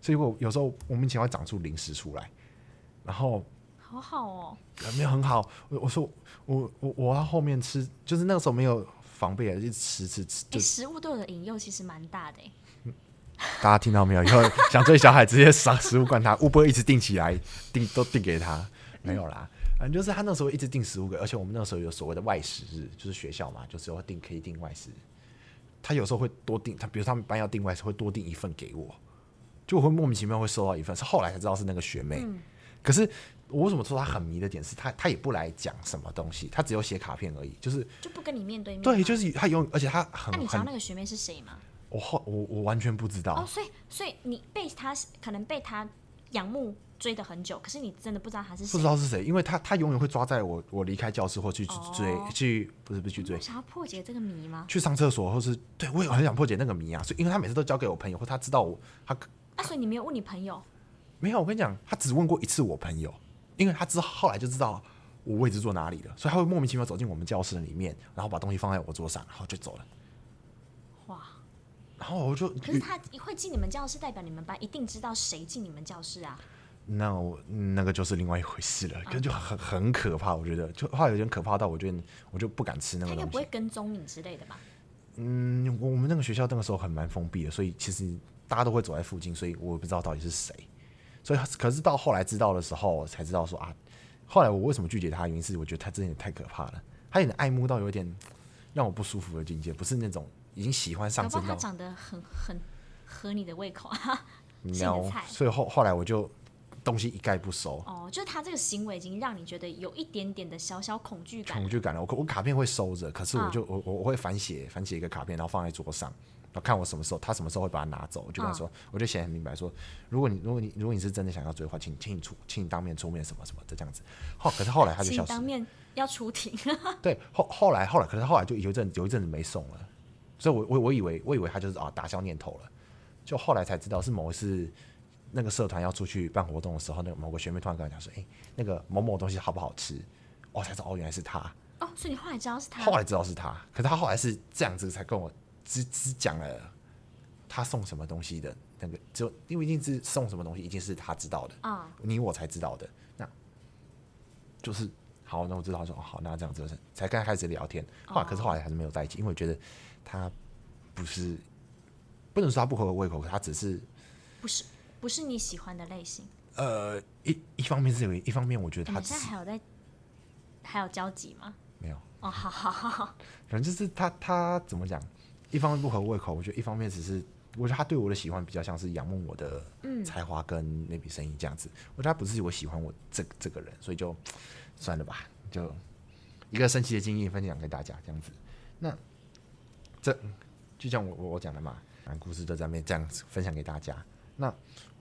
Speaker 1: 所以我有时候我们以前会长出零食出来，然后。
Speaker 2: 好好哦。
Speaker 1: 没有很好。我我说我我我要后面吃，就是那个时候没有防备啊，就吃吃吃，
Speaker 2: 哎，
Speaker 1: 就
Speaker 2: 食物对我的引诱其实蛮大的哎。
Speaker 1: 大家听到没有？以后想追小海，直接赏食物罐他，乌波一直订起来，订都订给他，没有啦。反正就是他那时候一直订食物给，而且我们那时候有所谓的外食日，就是学校嘛，就是有订可以订外食。他有时候会多订，他比如他们班要订外食，会多订一份给我，就我会莫名其妙会收到一份，是后来才知道是那个学妹。
Speaker 2: 嗯
Speaker 1: 可是我为什么说他很迷的点是他，他也不来讲什么东西，他只有写卡片而已，就是
Speaker 2: 就不跟你面对面吗。
Speaker 1: 对，就是他永，而且他很
Speaker 2: 那你知道
Speaker 1: 很
Speaker 2: 那，个学妹是谁吗？
Speaker 1: 我后我我完全不知道。
Speaker 2: 哦，所以所以你被他可能被他仰慕追的很久，可是你真的不知道他是谁。
Speaker 1: 不知道是谁，因为他他永远会抓在我我离开教室或去去追、
Speaker 2: 哦
Speaker 1: 去不是不是去
Speaker 2: 我
Speaker 1: 追
Speaker 2: 想要破解这个谜吗？
Speaker 1: 去上厕所，或是对我也很想破解那个谜啊，所以因为他每次都交给我朋友，或他知道我他
Speaker 2: 啊，所以你没有问你朋友，
Speaker 1: 没有我跟你讲，他只问过一次我朋友，因为他知道后来就知道我位置坐哪里了，所以他会莫名其妙走进我们教室里面，然后把东西放在我桌上，然后就走了，
Speaker 2: 哇！
Speaker 1: 然后我就
Speaker 2: 可是他会进你们教室，代表你们班一定知道谁进你们教室啊。
Speaker 1: 嗯那我那个就是另外一回事
Speaker 2: 嗯
Speaker 1: 了，可就很很可怕，我觉得就后来有点可怕到我觉得我就不敢吃那
Speaker 2: 他
Speaker 1: 个
Speaker 2: 应该
Speaker 1: 东
Speaker 2: 不
Speaker 1: 西
Speaker 2: 会。跟踪你之类的吧？
Speaker 1: 嗯，我我们那个学校那个时候很蛮封闭的，所以其实大家都会走在附近，所以我也不知道到底是谁。所以可是到后来知道的时候，才知道说啊，后来我为什么拒绝他，原因是我觉得他真的太可怕了，他有点爱慕到有点让我不舒服的境界，不是那种已经喜欢
Speaker 2: 搞
Speaker 1: 上
Speaker 2: 不
Speaker 1: 升
Speaker 2: 好他
Speaker 1: 到
Speaker 2: 长得很很合你的胃 口啊。是你
Speaker 1: no，
Speaker 2: 的菜
Speaker 1: 所以后后来我就东西一概不收，
Speaker 2: 哦，就是他这个行为已经让你觉得有一点点的小小恐惧感
Speaker 1: 恐惧感了。我我卡片会收着，可是
Speaker 2: 嗯
Speaker 1: 我就、我我我会反写反写一个卡片，然后放在桌上，然后看我什么时候他什么时候会把它拿走。我就
Speaker 2: 嗯
Speaker 1: 跟他说，我就写得很明白说，如果你如果你如果你是真的想要追的话，请请你出，请你当面出面什么什么的这样子。后可是后来他就
Speaker 2: 请
Speaker 1: 消
Speaker 2: 你
Speaker 1: 失了
Speaker 2: 当，面要出庭，
Speaker 1: 对后后来后来可是后来就有一阵有一阵子没送了，所以我我我以为我以为他就是啊打消念头了，就后来才知道是某一次。那个社团要出去办活动的时候，那个某个学妹突然跟我讲说：“哎、那个某某东西好不好吃？”哦，才知道哦，原来是他。
Speaker 2: 哦，所以你后来知道是他。
Speaker 1: 后来知道是他，可是他后来是这样子才跟我只只讲了他送什么东西的那个，就因为一定是送什么东西，一定是他知道的，
Speaker 2: 啊、
Speaker 1: 你我才知道的。那就是好，那我知道说哦好，那这样子就是才刚开始聊天，后来可是后来还是没有在一起，因为我觉得他不是不能说他不合我胃口，可他只是
Speaker 2: 不是不是你喜欢的类型。
Speaker 1: 呃一一方面是有一方面我觉得
Speaker 2: 你
Speaker 1: 他
Speaker 2: 们
Speaker 1: 只
Speaker 2: 现在
Speaker 1: 是
Speaker 2: 还有在还有交集吗？
Speaker 1: 没有。
Speaker 2: 哦，好好好好，
Speaker 1: 反正就是他他怎么讲，一方面不合胃口，我觉得一方面只是我觉得他对我的喜欢比较像是仰慕我的
Speaker 2: 嗯
Speaker 1: 才华跟那笔生意这样子，我觉得他不是我喜欢我这这个人，所以就算了吧，就一个神奇的经验分享给大家这样子。那这就像我我我讲的嘛，啊，故事就在那边这样子分享给大家。那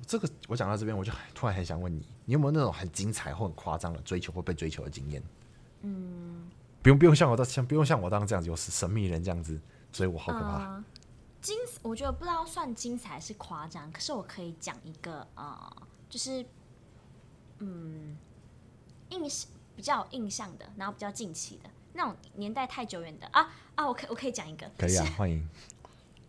Speaker 1: 这个我讲到这边，我就突然很想问你，你有没有那种很精彩或很夸张的追求或被追求的经验？不用不用像我当像不用像我当这样子，有神秘人这样子追我，好可怕。
Speaker 2: 嗯精，我觉得不知道算精彩还是夸张，可是我可以讲一个呃，就是嗯，印象比较有印象的，然后比较近期的那种年代太久远的啊啊，我可以我可以讲一个，
Speaker 1: 可以啊
Speaker 2: 是，
Speaker 1: 欢迎。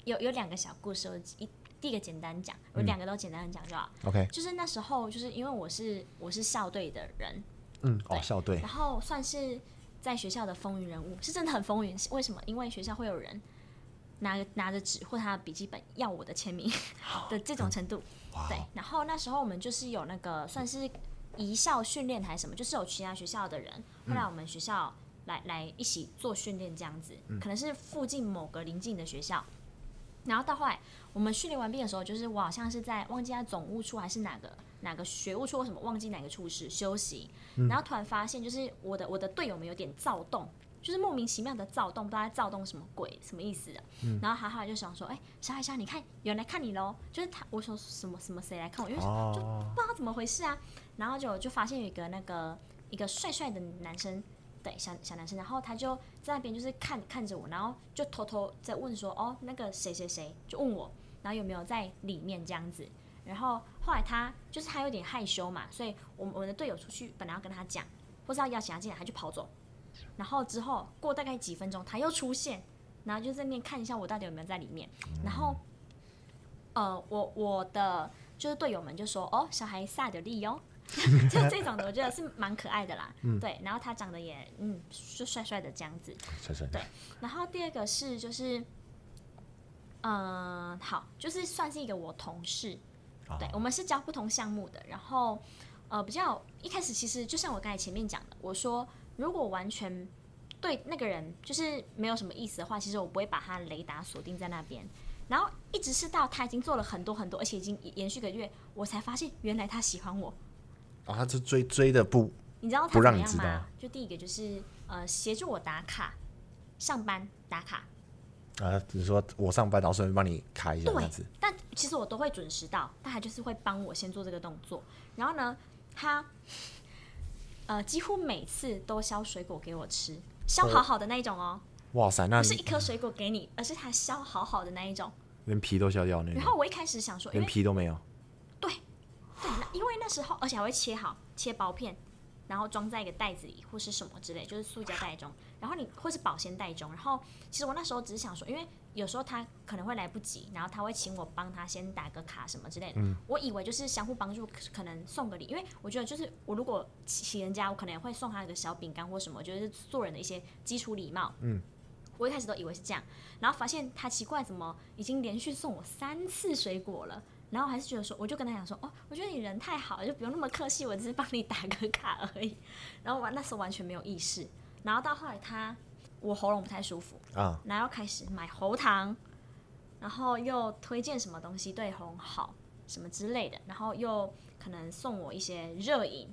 Speaker 2: 有有两个小故事，我一第一个简单讲，我两个都简单讲就好。
Speaker 1: OK，
Speaker 2: 就是那时候，就是因为我是我是校队的人，
Speaker 1: 嗯，哦，校队
Speaker 2: 然后算是在学校的风云人物，是真的很风云。为什么？因为学校会有人拿拿着纸或他的笔记本要我的签名 的这种程度。
Speaker 1: 哇
Speaker 2: 对，然后那时候我们就是有那个算是移校训练还是什么，就是有其他学校的人会来我们学校来、来一起做训练这样子，可能是附近某个邻近的学校。然后到后来我们训练完毕的时候，就是我好像是在忘记他总务处还是哪个哪个学务处或什么，忘记哪个处室休息。然后突然发现，就是我的我的队友们有点躁动，就是莫名其妙的躁动，不知道在躁动什么鬼，什么意思的。然后哈哈就想说，哎、小海小海，你看有人来看你喽！就是他，我说什么什么谁来看我，因为想就
Speaker 1: 哦，
Speaker 2: 不知道怎么回事啊。然后就就发现有一个那个一个帅帅的男生，对，小小男生，然后他就在那边就是看看着我，然后就偷偷在问说，哦，那个谁谁谁，就问我，然后有没有在里面这样子。然后后来他就是他有点害羞嘛，所以我们我们的队友出去本来要跟他讲，或是要邀请他进来，他就跑走。然后之后过大概几分钟，他又出现，然后就在那边看一下我到底有没有在里面。然后，呃，我我的就是队友们就说：“哦，小孩撒的力哦。”就这种的，我觉得是蛮可爱的啦。对，然后他长得也嗯，就帅帅的这样子。
Speaker 1: 帅帅的，
Speaker 2: 然后第二个是就是，嗯、好，就是算是一个我同事，
Speaker 1: 啊
Speaker 2: 对，我们是教不同项目的。然后呃，比较一开始其实就像我刚才前面讲的，我说如果完全对那个人就是没有什么意思的话，其实我不会把他雷达锁定在那边。然后一直是到他已经做了很多很多，而且已经延续个月，我才发现原来他喜欢我。
Speaker 1: 哦，他是追追的不
Speaker 2: 你知道他
Speaker 1: 不
Speaker 2: 怎
Speaker 1: 让
Speaker 2: 么
Speaker 1: 你
Speaker 2: 样
Speaker 1: 知道
Speaker 2: 吗？就第一个就是呃，协助我打卡，上班打卡，
Speaker 1: 啊，只是说我上班，然后顺便帮你开一下这
Speaker 2: 对
Speaker 1: 样子，，
Speaker 2: 但其实我都会准时到，但他就是会帮我先做这个动作。然后呢，他呃几乎每次都削水果给我吃，削好好的那一种哦，
Speaker 1: 哇塞，那
Speaker 2: 不是一颗水果给你，而是他削好好的那一种。
Speaker 1: 连皮都削掉那
Speaker 2: 然
Speaker 1: 种，
Speaker 2: 后我一开始想说，因
Speaker 1: 连
Speaker 2: 为
Speaker 1: 皮都没有，
Speaker 2: 对对，那因为那时候而且还会切好切薄片。然后装在一个袋子里，或是什么之类，就是塑胶袋中，然后你或是保鲜袋中。然后其实我那时候只是想说，因为有时候他可能会来不及，然后他会请我帮他先打个卡什么之类的。我以为就是相互帮助，可可能送个礼，因为我觉得就是我如果请请人家，我可能也会送他一个小饼干或什么，就是做人的一些基础礼貌。嗯，我一开始都以为是这样，然后发现他奇怪，怎么已经连续送我三次水果了。然后还是觉得说，我就跟他讲说，哦，我觉得你人太好了，就不用那么客气，我只是帮你打个卡而已。 然后我那时候完全没有意识，然后到后来他我喉咙不太舒服，
Speaker 1: 啊，
Speaker 2: 然后开始买喉糖，然后又推荐什么东西对喉咙好什么之类的，然后又可能送我一些热饮，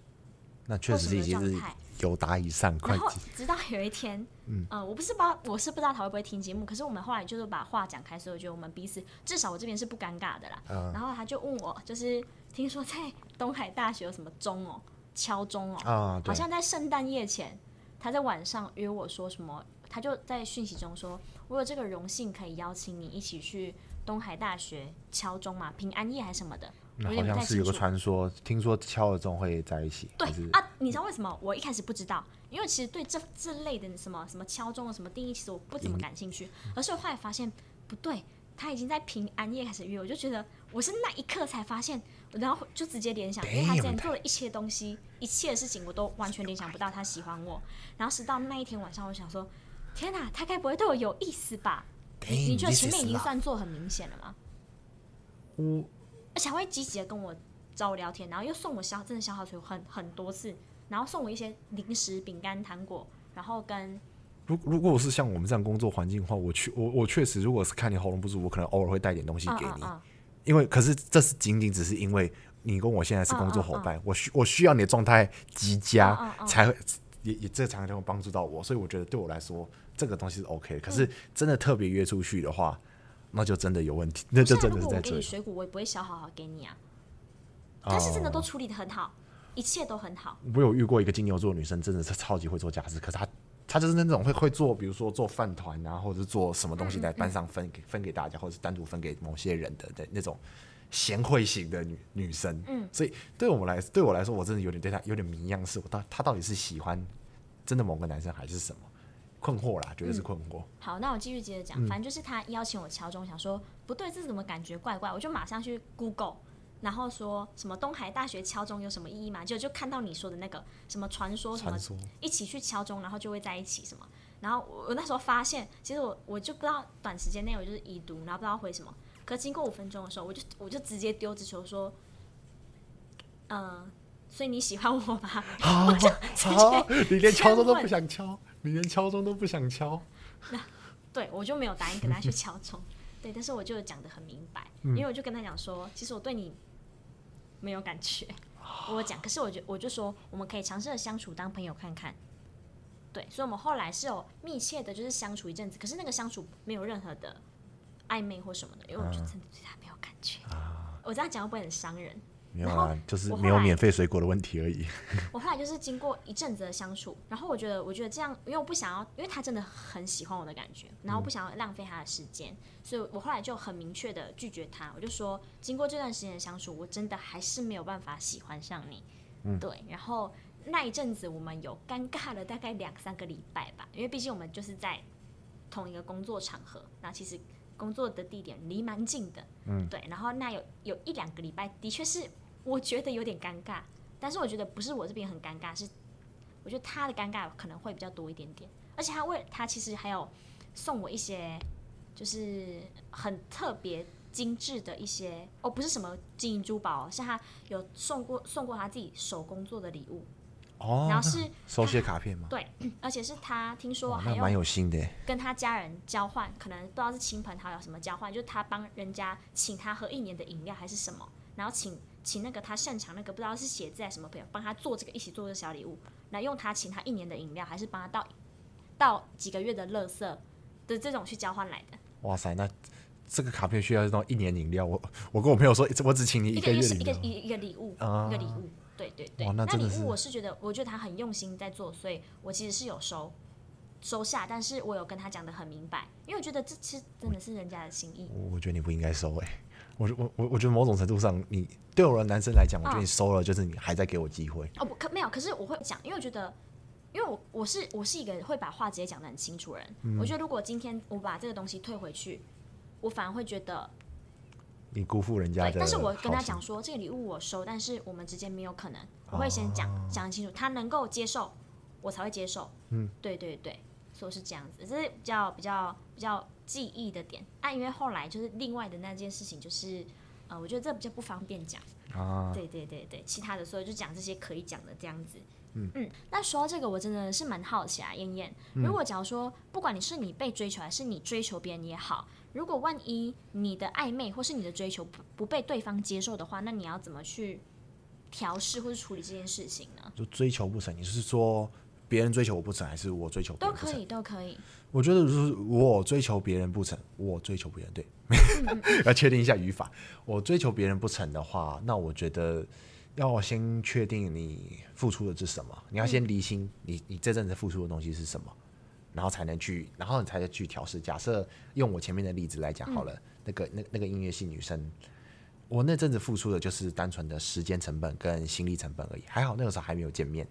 Speaker 1: 那确实是已经
Speaker 2: 或什
Speaker 1: 是
Speaker 2: 么状态
Speaker 1: 有达以上快
Speaker 2: 然后
Speaker 1: 进，
Speaker 2: 直到有一天，嗯，呃，我不是不知道，我是不知道他会不会听节目，可是我们后来就是把话讲开，所以我觉得我们彼此至少我这边是不尴尬的啦。
Speaker 1: 嗯
Speaker 2: 然后他就问我，就是听说在东海大学有什么钟哦，敲钟哦，
Speaker 1: 啊对
Speaker 2: 好像在圣诞夜前，他在晚上约我说什么，他就在讯息中说，我有这个荣幸可以邀请你一起去东海大学敲钟嘛，平安夜还是什么的，我
Speaker 1: 那
Speaker 2: 有
Speaker 1: 好
Speaker 2: 点
Speaker 1: 像
Speaker 2: 不太
Speaker 1: 是有
Speaker 2: 清
Speaker 1: 个
Speaker 2: 楚。
Speaker 1: 传说，听说敲了钟会在一起，
Speaker 2: 对
Speaker 1: 还是
Speaker 2: 啊，你知道为什么我一开始不知道？因为其实对这这类的什么什么敲钟的什么定义，其实我不怎么感兴趣。
Speaker 1: 嗯
Speaker 2: 而是我后来发现不对，他已经在平安夜开始约，我就觉得我是那一刻才发现，然后就直接联想，因为他之前
Speaker 1: Damn
Speaker 2: 做了一切东西，一切事情我都完全联想不到他喜欢我。然后直到那一天晚上，我想说，天哪，他该不会对我有意思吧？
Speaker 1: 哎
Speaker 2: 你你觉得
Speaker 1: Damn，this
Speaker 2: 前面
Speaker 1: is
Speaker 2: 已经
Speaker 1: love
Speaker 2: 算做很明显了吗？
Speaker 1: 我
Speaker 2: 而且还会积极的跟我找我聊天，然后又送我消真的消耗水很很多次，然后送我一些零食、饼干、糖果，然后跟
Speaker 1: 如如果是像我们这样工作环境的话，我确我我确实，如果是看你喉咙不舒服，我可能偶尔会带点东西
Speaker 2: 嗯
Speaker 1: 给
Speaker 2: 嗯
Speaker 1: 你，
Speaker 2: 嗯，
Speaker 1: 因为可是这是仅仅只是因为你跟我现在是工作伙
Speaker 2: 啊
Speaker 1: 伴，我需我需要你的状态极佳、
Speaker 2: 嗯嗯嗯
Speaker 1: 才会也也这才能够帮助到我，所以我觉得对我来说这个东西是 OK 的。可
Speaker 2: 嗯
Speaker 1: 是真的特别约出去的话，那就真的有问题，那就
Speaker 2: 现在
Speaker 1: 真
Speaker 2: 啊如
Speaker 1: 的是
Speaker 2: 果
Speaker 1: 在
Speaker 2: 我
Speaker 1: 这
Speaker 2: 给你
Speaker 1: 里。
Speaker 2: 水果，我也不会消耗好给你啊。但是真的都
Speaker 1: 哦
Speaker 2: 处理的很好，一切都很好。
Speaker 1: 我有遇过一个金牛座的女生，真的是超级会做家事，可是她她就是那种会会做，比如说做饭团啊，或者是做什么东西
Speaker 2: 嗯
Speaker 1: 在班上分给分给大家，或者是单独分给某些人的的那种贤惠型的女女生。嗯，所以对我来对我来说，我真的有点对她有点迷样，是我到她到底是喜欢真的某个男生还是什么困惑啦，绝对是
Speaker 2: 嗯
Speaker 1: 困惑。
Speaker 2: 好，那我继续接着讲，
Speaker 1: 嗯
Speaker 2: 反正就是他邀请我敲钟，想说不对，这怎么感觉怪怪？我就马上去 Google，然后说什么东海大学敲钟有什么意义吗？结果就看到你说的那个什么传说什么
Speaker 1: 传说
Speaker 2: 一起去敲钟，然后就会在一起什么。然后我我那时候发现，其实我我就不知道短时间内我就是已读，然后不知道回什么。可经过五分钟的时候，我就我就直接丢直球说，嗯、所以你喜欢我吧？ 我就 直接
Speaker 1: 啊，你连敲钟都
Speaker 2: 问
Speaker 1: 不想敲，你连敲钟都不想敲。
Speaker 2: 对我就没有答应跟他去敲钟，对，但是我就讲得很明白，因为我就跟他讲说，其实我对你没有感觉，我讲，可是我就我就说，我们可以尝试着相处当朋友看看，对，所以我们后来是有密切的，就是相处一阵子，可是那个相处没有任何的暧昧或什么的，因为我就真的对他没有感觉。我这样讲会不会很伤人？
Speaker 1: 没有
Speaker 2: 然
Speaker 1: 啊
Speaker 2: 后，
Speaker 1: 就是
Speaker 2: 我后
Speaker 1: 没有
Speaker 2: 来
Speaker 1: 免费水果的问题而已。
Speaker 2: 我后来就是经过一阵子的相处，然后我觉得，我觉得这样，因为我不想要，因为他真的很喜欢我的感觉，然后我不想要浪费他的时间，所以我后来就很明确的拒绝他，我就说，经过这段时间的相处，我真的还是没有办法喜欢上你。对，然后那一阵子我们有尴尬了大概两三个礼拜吧，因为毕竟我们就是在同一个工作场合，那其实工作的地点离蛮近的，嗯，对，然后那有有一两个礼拜的确是我觉得有点尴尬，但是我觉得不是我这边很尴尬，是我觉得他的尴尬可能会比较多一点点，而且他为他其实还有送我一些就是很特别精致的一些哦，不是什么金银珠宝哦，是他有送过送过他自己手工做的礼物，
Speaker 1: 哦，
Speaker 2: 然后是
Speaker 1: 手写卡片吗？
Speaker 2: 对，而且是他听说
Speaker 1: 哇，
Speaker 2: 还
Speaker 1: 那蛮
Speaker 2: 有
Speaker 1: 有心的耶。
Speaker 2: 跟他家人交换，可能不知道是亲朋好友什么交换，就是他帮人家请他喝一年的饮料还是什么，然后请请那个他擅长那个不知道是写字还是什么朋友帮他做这个一起做这个小礼物，然后用他请他一年的饮料，还是帮他倒倒几个月的垃圾的这种去交换来的，
Speaker 1: 哇塞，那这个卡片需要弄一年饮料，我我跟我朋友说，诶这我只请你
Speaker 2: 一
Speaker 1: 个
Speaker 2: 个
Speaker 1: 月
Speaker 2: 月是
Speaker 1: 饮
Speaker 2: 一个
Speaker 1: 料。
Speaker 2: 一个礼物，
Speaker 1: 啊
Speaker 2: 一个礼物。对对对，
Speaker 1: 哇那真的
Speaker 2: 礼
Speaker 1: 是
Speaker 2: 物我是觉得，我觉得他很用心在做，所以我其实是有收收下，但是我有跟他讲的很明白，因为我觉得这其实真的是人家的心意。
Speaker 1: 我我觉得你不应该收哎、我我我我觉得某种程度上，你对我的男生来讲，我
Speaker 2: 啊
Speaker 1: 觉得你收了就是你还在给我机会。
Speaker 2: 哦，不可没有，可是我会讲，因为我觉得，因为我我是我是一个会把话直接讲的很清楚的人。我觉得如果今天我把这个东西退回去，我反而会觉得
Speaker 1: 你辜负人家
Speaker 2: 对
Speaker 1: 的。。
Speaker 2: 但是我跟他讲，说，这个礼物我收，但是我们之间没有可能，我会先讲讲、清楚，他能够接受，我才会接受。嗯，对对对，所以是这样子，这是比较比较比较记忆的点。啊，因为后来就是另外的那件事情，就是呃，我觉得这比较不方便讲。
Speaker 1: 啊，
Speaker 2: 对对对对，其他的所以就讲这些可以讲的这样子。嗯那说到这个，我真的是蛮好奇啊，燕燕，如果假如说，不管你是你被追求，还是你追求别人也好，如果万一你的暧昧或是你的追求不不被对方接受的话，那你要怎么去调试或是处理这件事情呢？
Speaker 1: 就追求不成，你是说别人追求我不成，还是我追求别
Speaker 2: 都
Speaker 1: 人不
Speaker 2: 可
Speaker 1: 成？
Speaker 2: 以，都可以。
Speaker 1: 我觉得就是我追求别人不成，我追求别人对， 要确定一下语法。我追求别人不成的话，那我觉得要先确定你付出的是什么，你要先厘清你你这阵子付出的东西是什么，然后才能去，然后你才能去调试。假设用我前面的例子来讲好了，那个那那个音乐系女生。我那阵子付出的就是单纯的时间成本跟心力成本而已，还好那个时候还没有见面，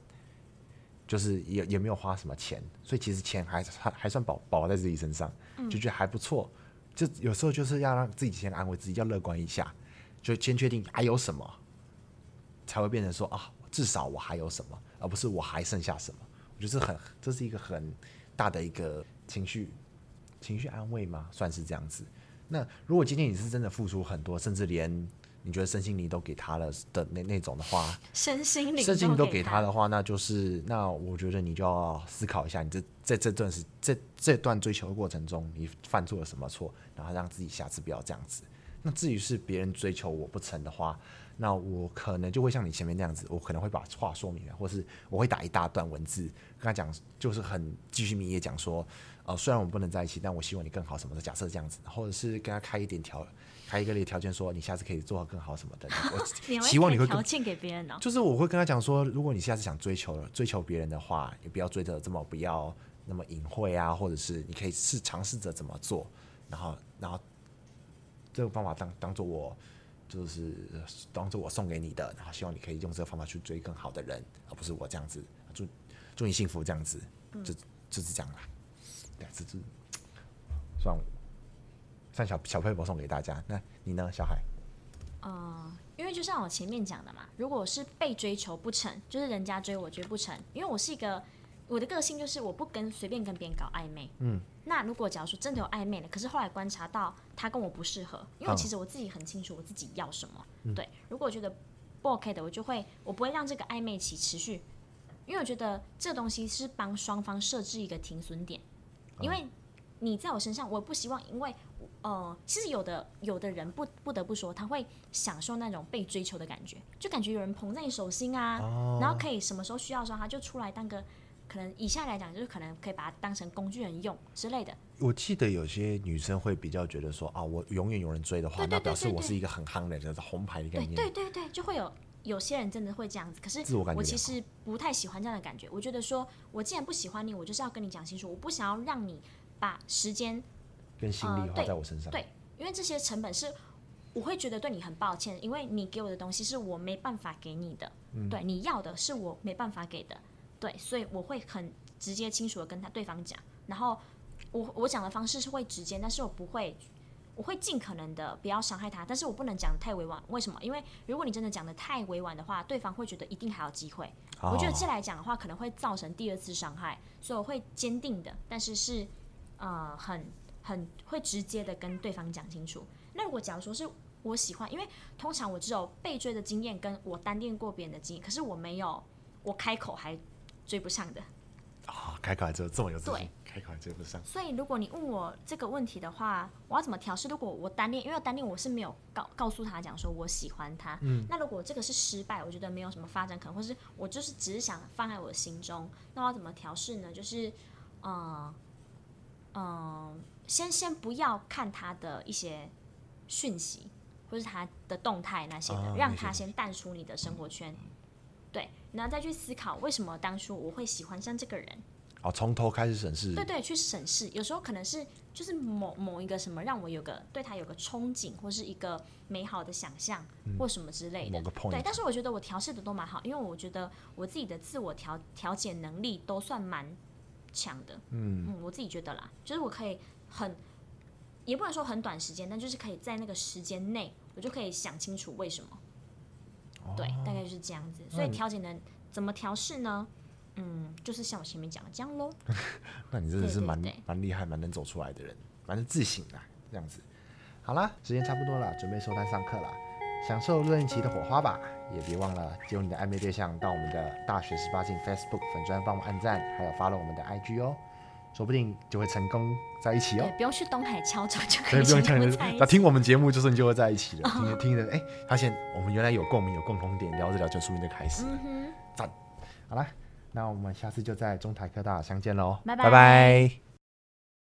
Speaker 1: 就是也也没有花什么钱，所以其实钱还还还算保保在自己身上，就觉得还不错。就有时候就是要让自己先安慰自己，要乐观一下，就先确定还有什么，才会变成说啊，至少我还有什么，而不是我还剩下什么。我觉得这很这是一个很大的一个情绪情绪安慰吗？算是这样子。那如果今天你是真的付出很多，甚至连你觉得身心灵都给他了的那那种的话，
Speaker 2: 身心灵，
Speaker 1: 设计你都给
Speaker 2: 给
Speaker 1: 他的话，那就是那我觉得你就要思考一下，你这在这段时这这段追求的过程中，你犯错了什么错，然后让自己下次不要这样子。那至于是别人追求我不成的话，那我可能就会像你前面那样子，我可能会把话说明白，或是我会打一大段文字跟他讲，就是很继续明也讲说，呃，虽然我们不能在一起，但我希望你更好什么的。假设这样子，或者是跟他开一点条，开一个条件说你下次可以做得更好什么的。
Speaker 2: 你
Speaker 1: 我
Speaker 2: 会
Speaker 1: 希望你
Speaker 2: 开
Speaker 1: 会更
Speaker 2: 条件给别人哦、
Speaker 1: 就是我会跟他讲说，如果你下次想追求了追求别人的话，也不要追得这么不要那么隐晦啊，或者是你可以试尝试着怎么做，然后然后这个方法当当做我就是呃当做我送给你的，然后希望你可以用这个方法去追更好的人，而不是我这样子。啊祝祝你幸福，这样子，就就是这样啦。对，这是算算小小佩伯送给大家。那你呢，小海？
Speaker 2: 嗯，因为就像我前面讲的嘛，如果我是被追求不成，就是人家追我追不成，因为我是一个我的个性就是我不跟随便跟别人搞暧昧。嗯，那如果假如说真的有暧昧了，可是后来观察到他跟我不适合，因为我
Speaker 1: 嗯
Speaker 2: 其实我自己很清楚我自己要什么。对，如果我觉得不 OK 的，我就会我不会让这个暧昧期持续，因为我觉得这东西是帮双方设置一个停损点，因为你在我身上，我不希望，因为呃，其实有的有的人不不得不说，他会享受那种被追求的感觉，就感觉有人捧在你手心啊，
Speaker 1: 哦
Speaker 2: 然后可以什么时候需要的时候，他就出来当个可能以下来讲，就是可能可以把它当成工具人用之类的。
Speaker 1: 我记得有些女生会比较觉得说啊，我永远有人追的话，
Speaker 2: 对对
Speaker 1: 那表示
Speaker 2: 对对
Speaker 1: 我
Speaker 2: 对
Speaker 1: 是一个很夯的人，就是红牌的概
Speaker 2: 对
Speaker 1: 念。
Speaker 2: 哎对对对，就会有有些人真的会这样子，可是
Speaker 1: 嗯自我感觉啊
Speaker 2: 我其
Speaker 1: 良好
Speaker 2: 实不太喜欢这样的感觉。我觉得说，我既然不喜欢你，我就是要跟你讲清楚，我不想要让你把时间
Speaker 1: 跟心
Speaker 2: 呃
Speaker 1: 力花
Speaker 2: 对
Speaker 1: 在我身上。
Speaker 2: 对，因为这些成本是我会觉得对你很抱歉，因为你给我的东西是我没办法给你的，对，你要的是我没办法给的，对，所以我会很直接清楚的跟他对方讲，然后我我讲的方式是会直接，但是我不会。我会尽可能的不要伤害他，但是我不能讲的太委婉。为什么？因为如果你真的讲的太委婉的话，对方会觉得一定还有机会。我
Speaker 1: 哦
Speaker 2: 觉得这来讲的话，可能会造成第二次伤害，所以我会坚定的，但是是呃很很会直接的跟对方讲清楚。那如果假如说是我喜欢，因为通常我只有被追的经验，跟我单恋过别人的经验，可是我没有我开口还追不上的。
Speaker 1: 啊，开口还真的这么有自信
Speaker 2: 对，
Speaker 1: 开口还追不上。
Speaker 2: 所以如果你问我这个问题的话，我要怎么调试？如果我单恋，因为单恋我是没有告告诉他讲说我喜欢他，嗯，那如果这个是失败，我觉得没有什么发展可能，或是我就是只是想放在我的心中，那我要怎么调试呢？就是，嗯、嗯、先先不要看他的一些讯息，或是他的动态那些的，
Speaker 1: 啊
Speaker 2: 让
Speaker 1: 那些
Speaker 2: 他
Speaker 1: 东西
Speaker 2: 先淡出你的生活圈。对，然后再去思考为什么当初我会喜欢上这个人，
Speaker 1: 哦，从头开始审视
Speaker 2: 对对，去审视，有时候可能是就是某某一个什么让我有个对他有个憧憬，或是一个美好的想象，或什么之类的
Speaker 1: 某。个 point
Speaker 2: 对，但是我觉得我调试的都蛮好，因为我觉得我自己的自我调调节能力都算蛮强的。嗯我自己觉得啦，就是我可以很，也不能说很短时间，但就是可以在那个时间内，我就可以想清楚为什么。对，大概就是这样子。所以调节能怎么调试呢？嗯，就是像我前面讲的这样喽。
Speaker 1: 那你真的是
Speaker 2: 对对
Speaker 1: 蛮
Speaker 2: 对
Speaker 1: 蛮厉害，蛮能走出来的人，蛮能自省啊，这样子。好啦，时间差不多了，准备收摊上课啦，享受热恋期的火花吧，也别忘了接入你的暧昧对象到我们的大学十八禁 Facebook 粉专帮我们按赞，还有 follow 我们的 IG 哦，说不定就会成功在一起哦
Speaker 2: 对，。不用去东海敲钟就
Speaker 1: 所
Speaker 2: 可
Speaker 1: 以
Speaker 2: 以
Speaker 1: 不用
Speaker 2: 跟
Speaker 1: 讲
Speaker 2: 他
Speaker 1: 你
Speaker 2: 们
Speaker 1: 的
Speaker 2: 在
Speaker 1: 那
Speaker 2: 一，起。哦
Speaker 1: 听我们节目就是你就会在一起了。听着听着，哎、发现我们原来有共鸣，有共同点，聊着聊着说不定就开始
Speaker 2: 嗯
Speaker 1: 了，赞、好啦，那我们下次就在中台科大相见喽，
Speaker 2: 拜
Speaker 1: 拜拜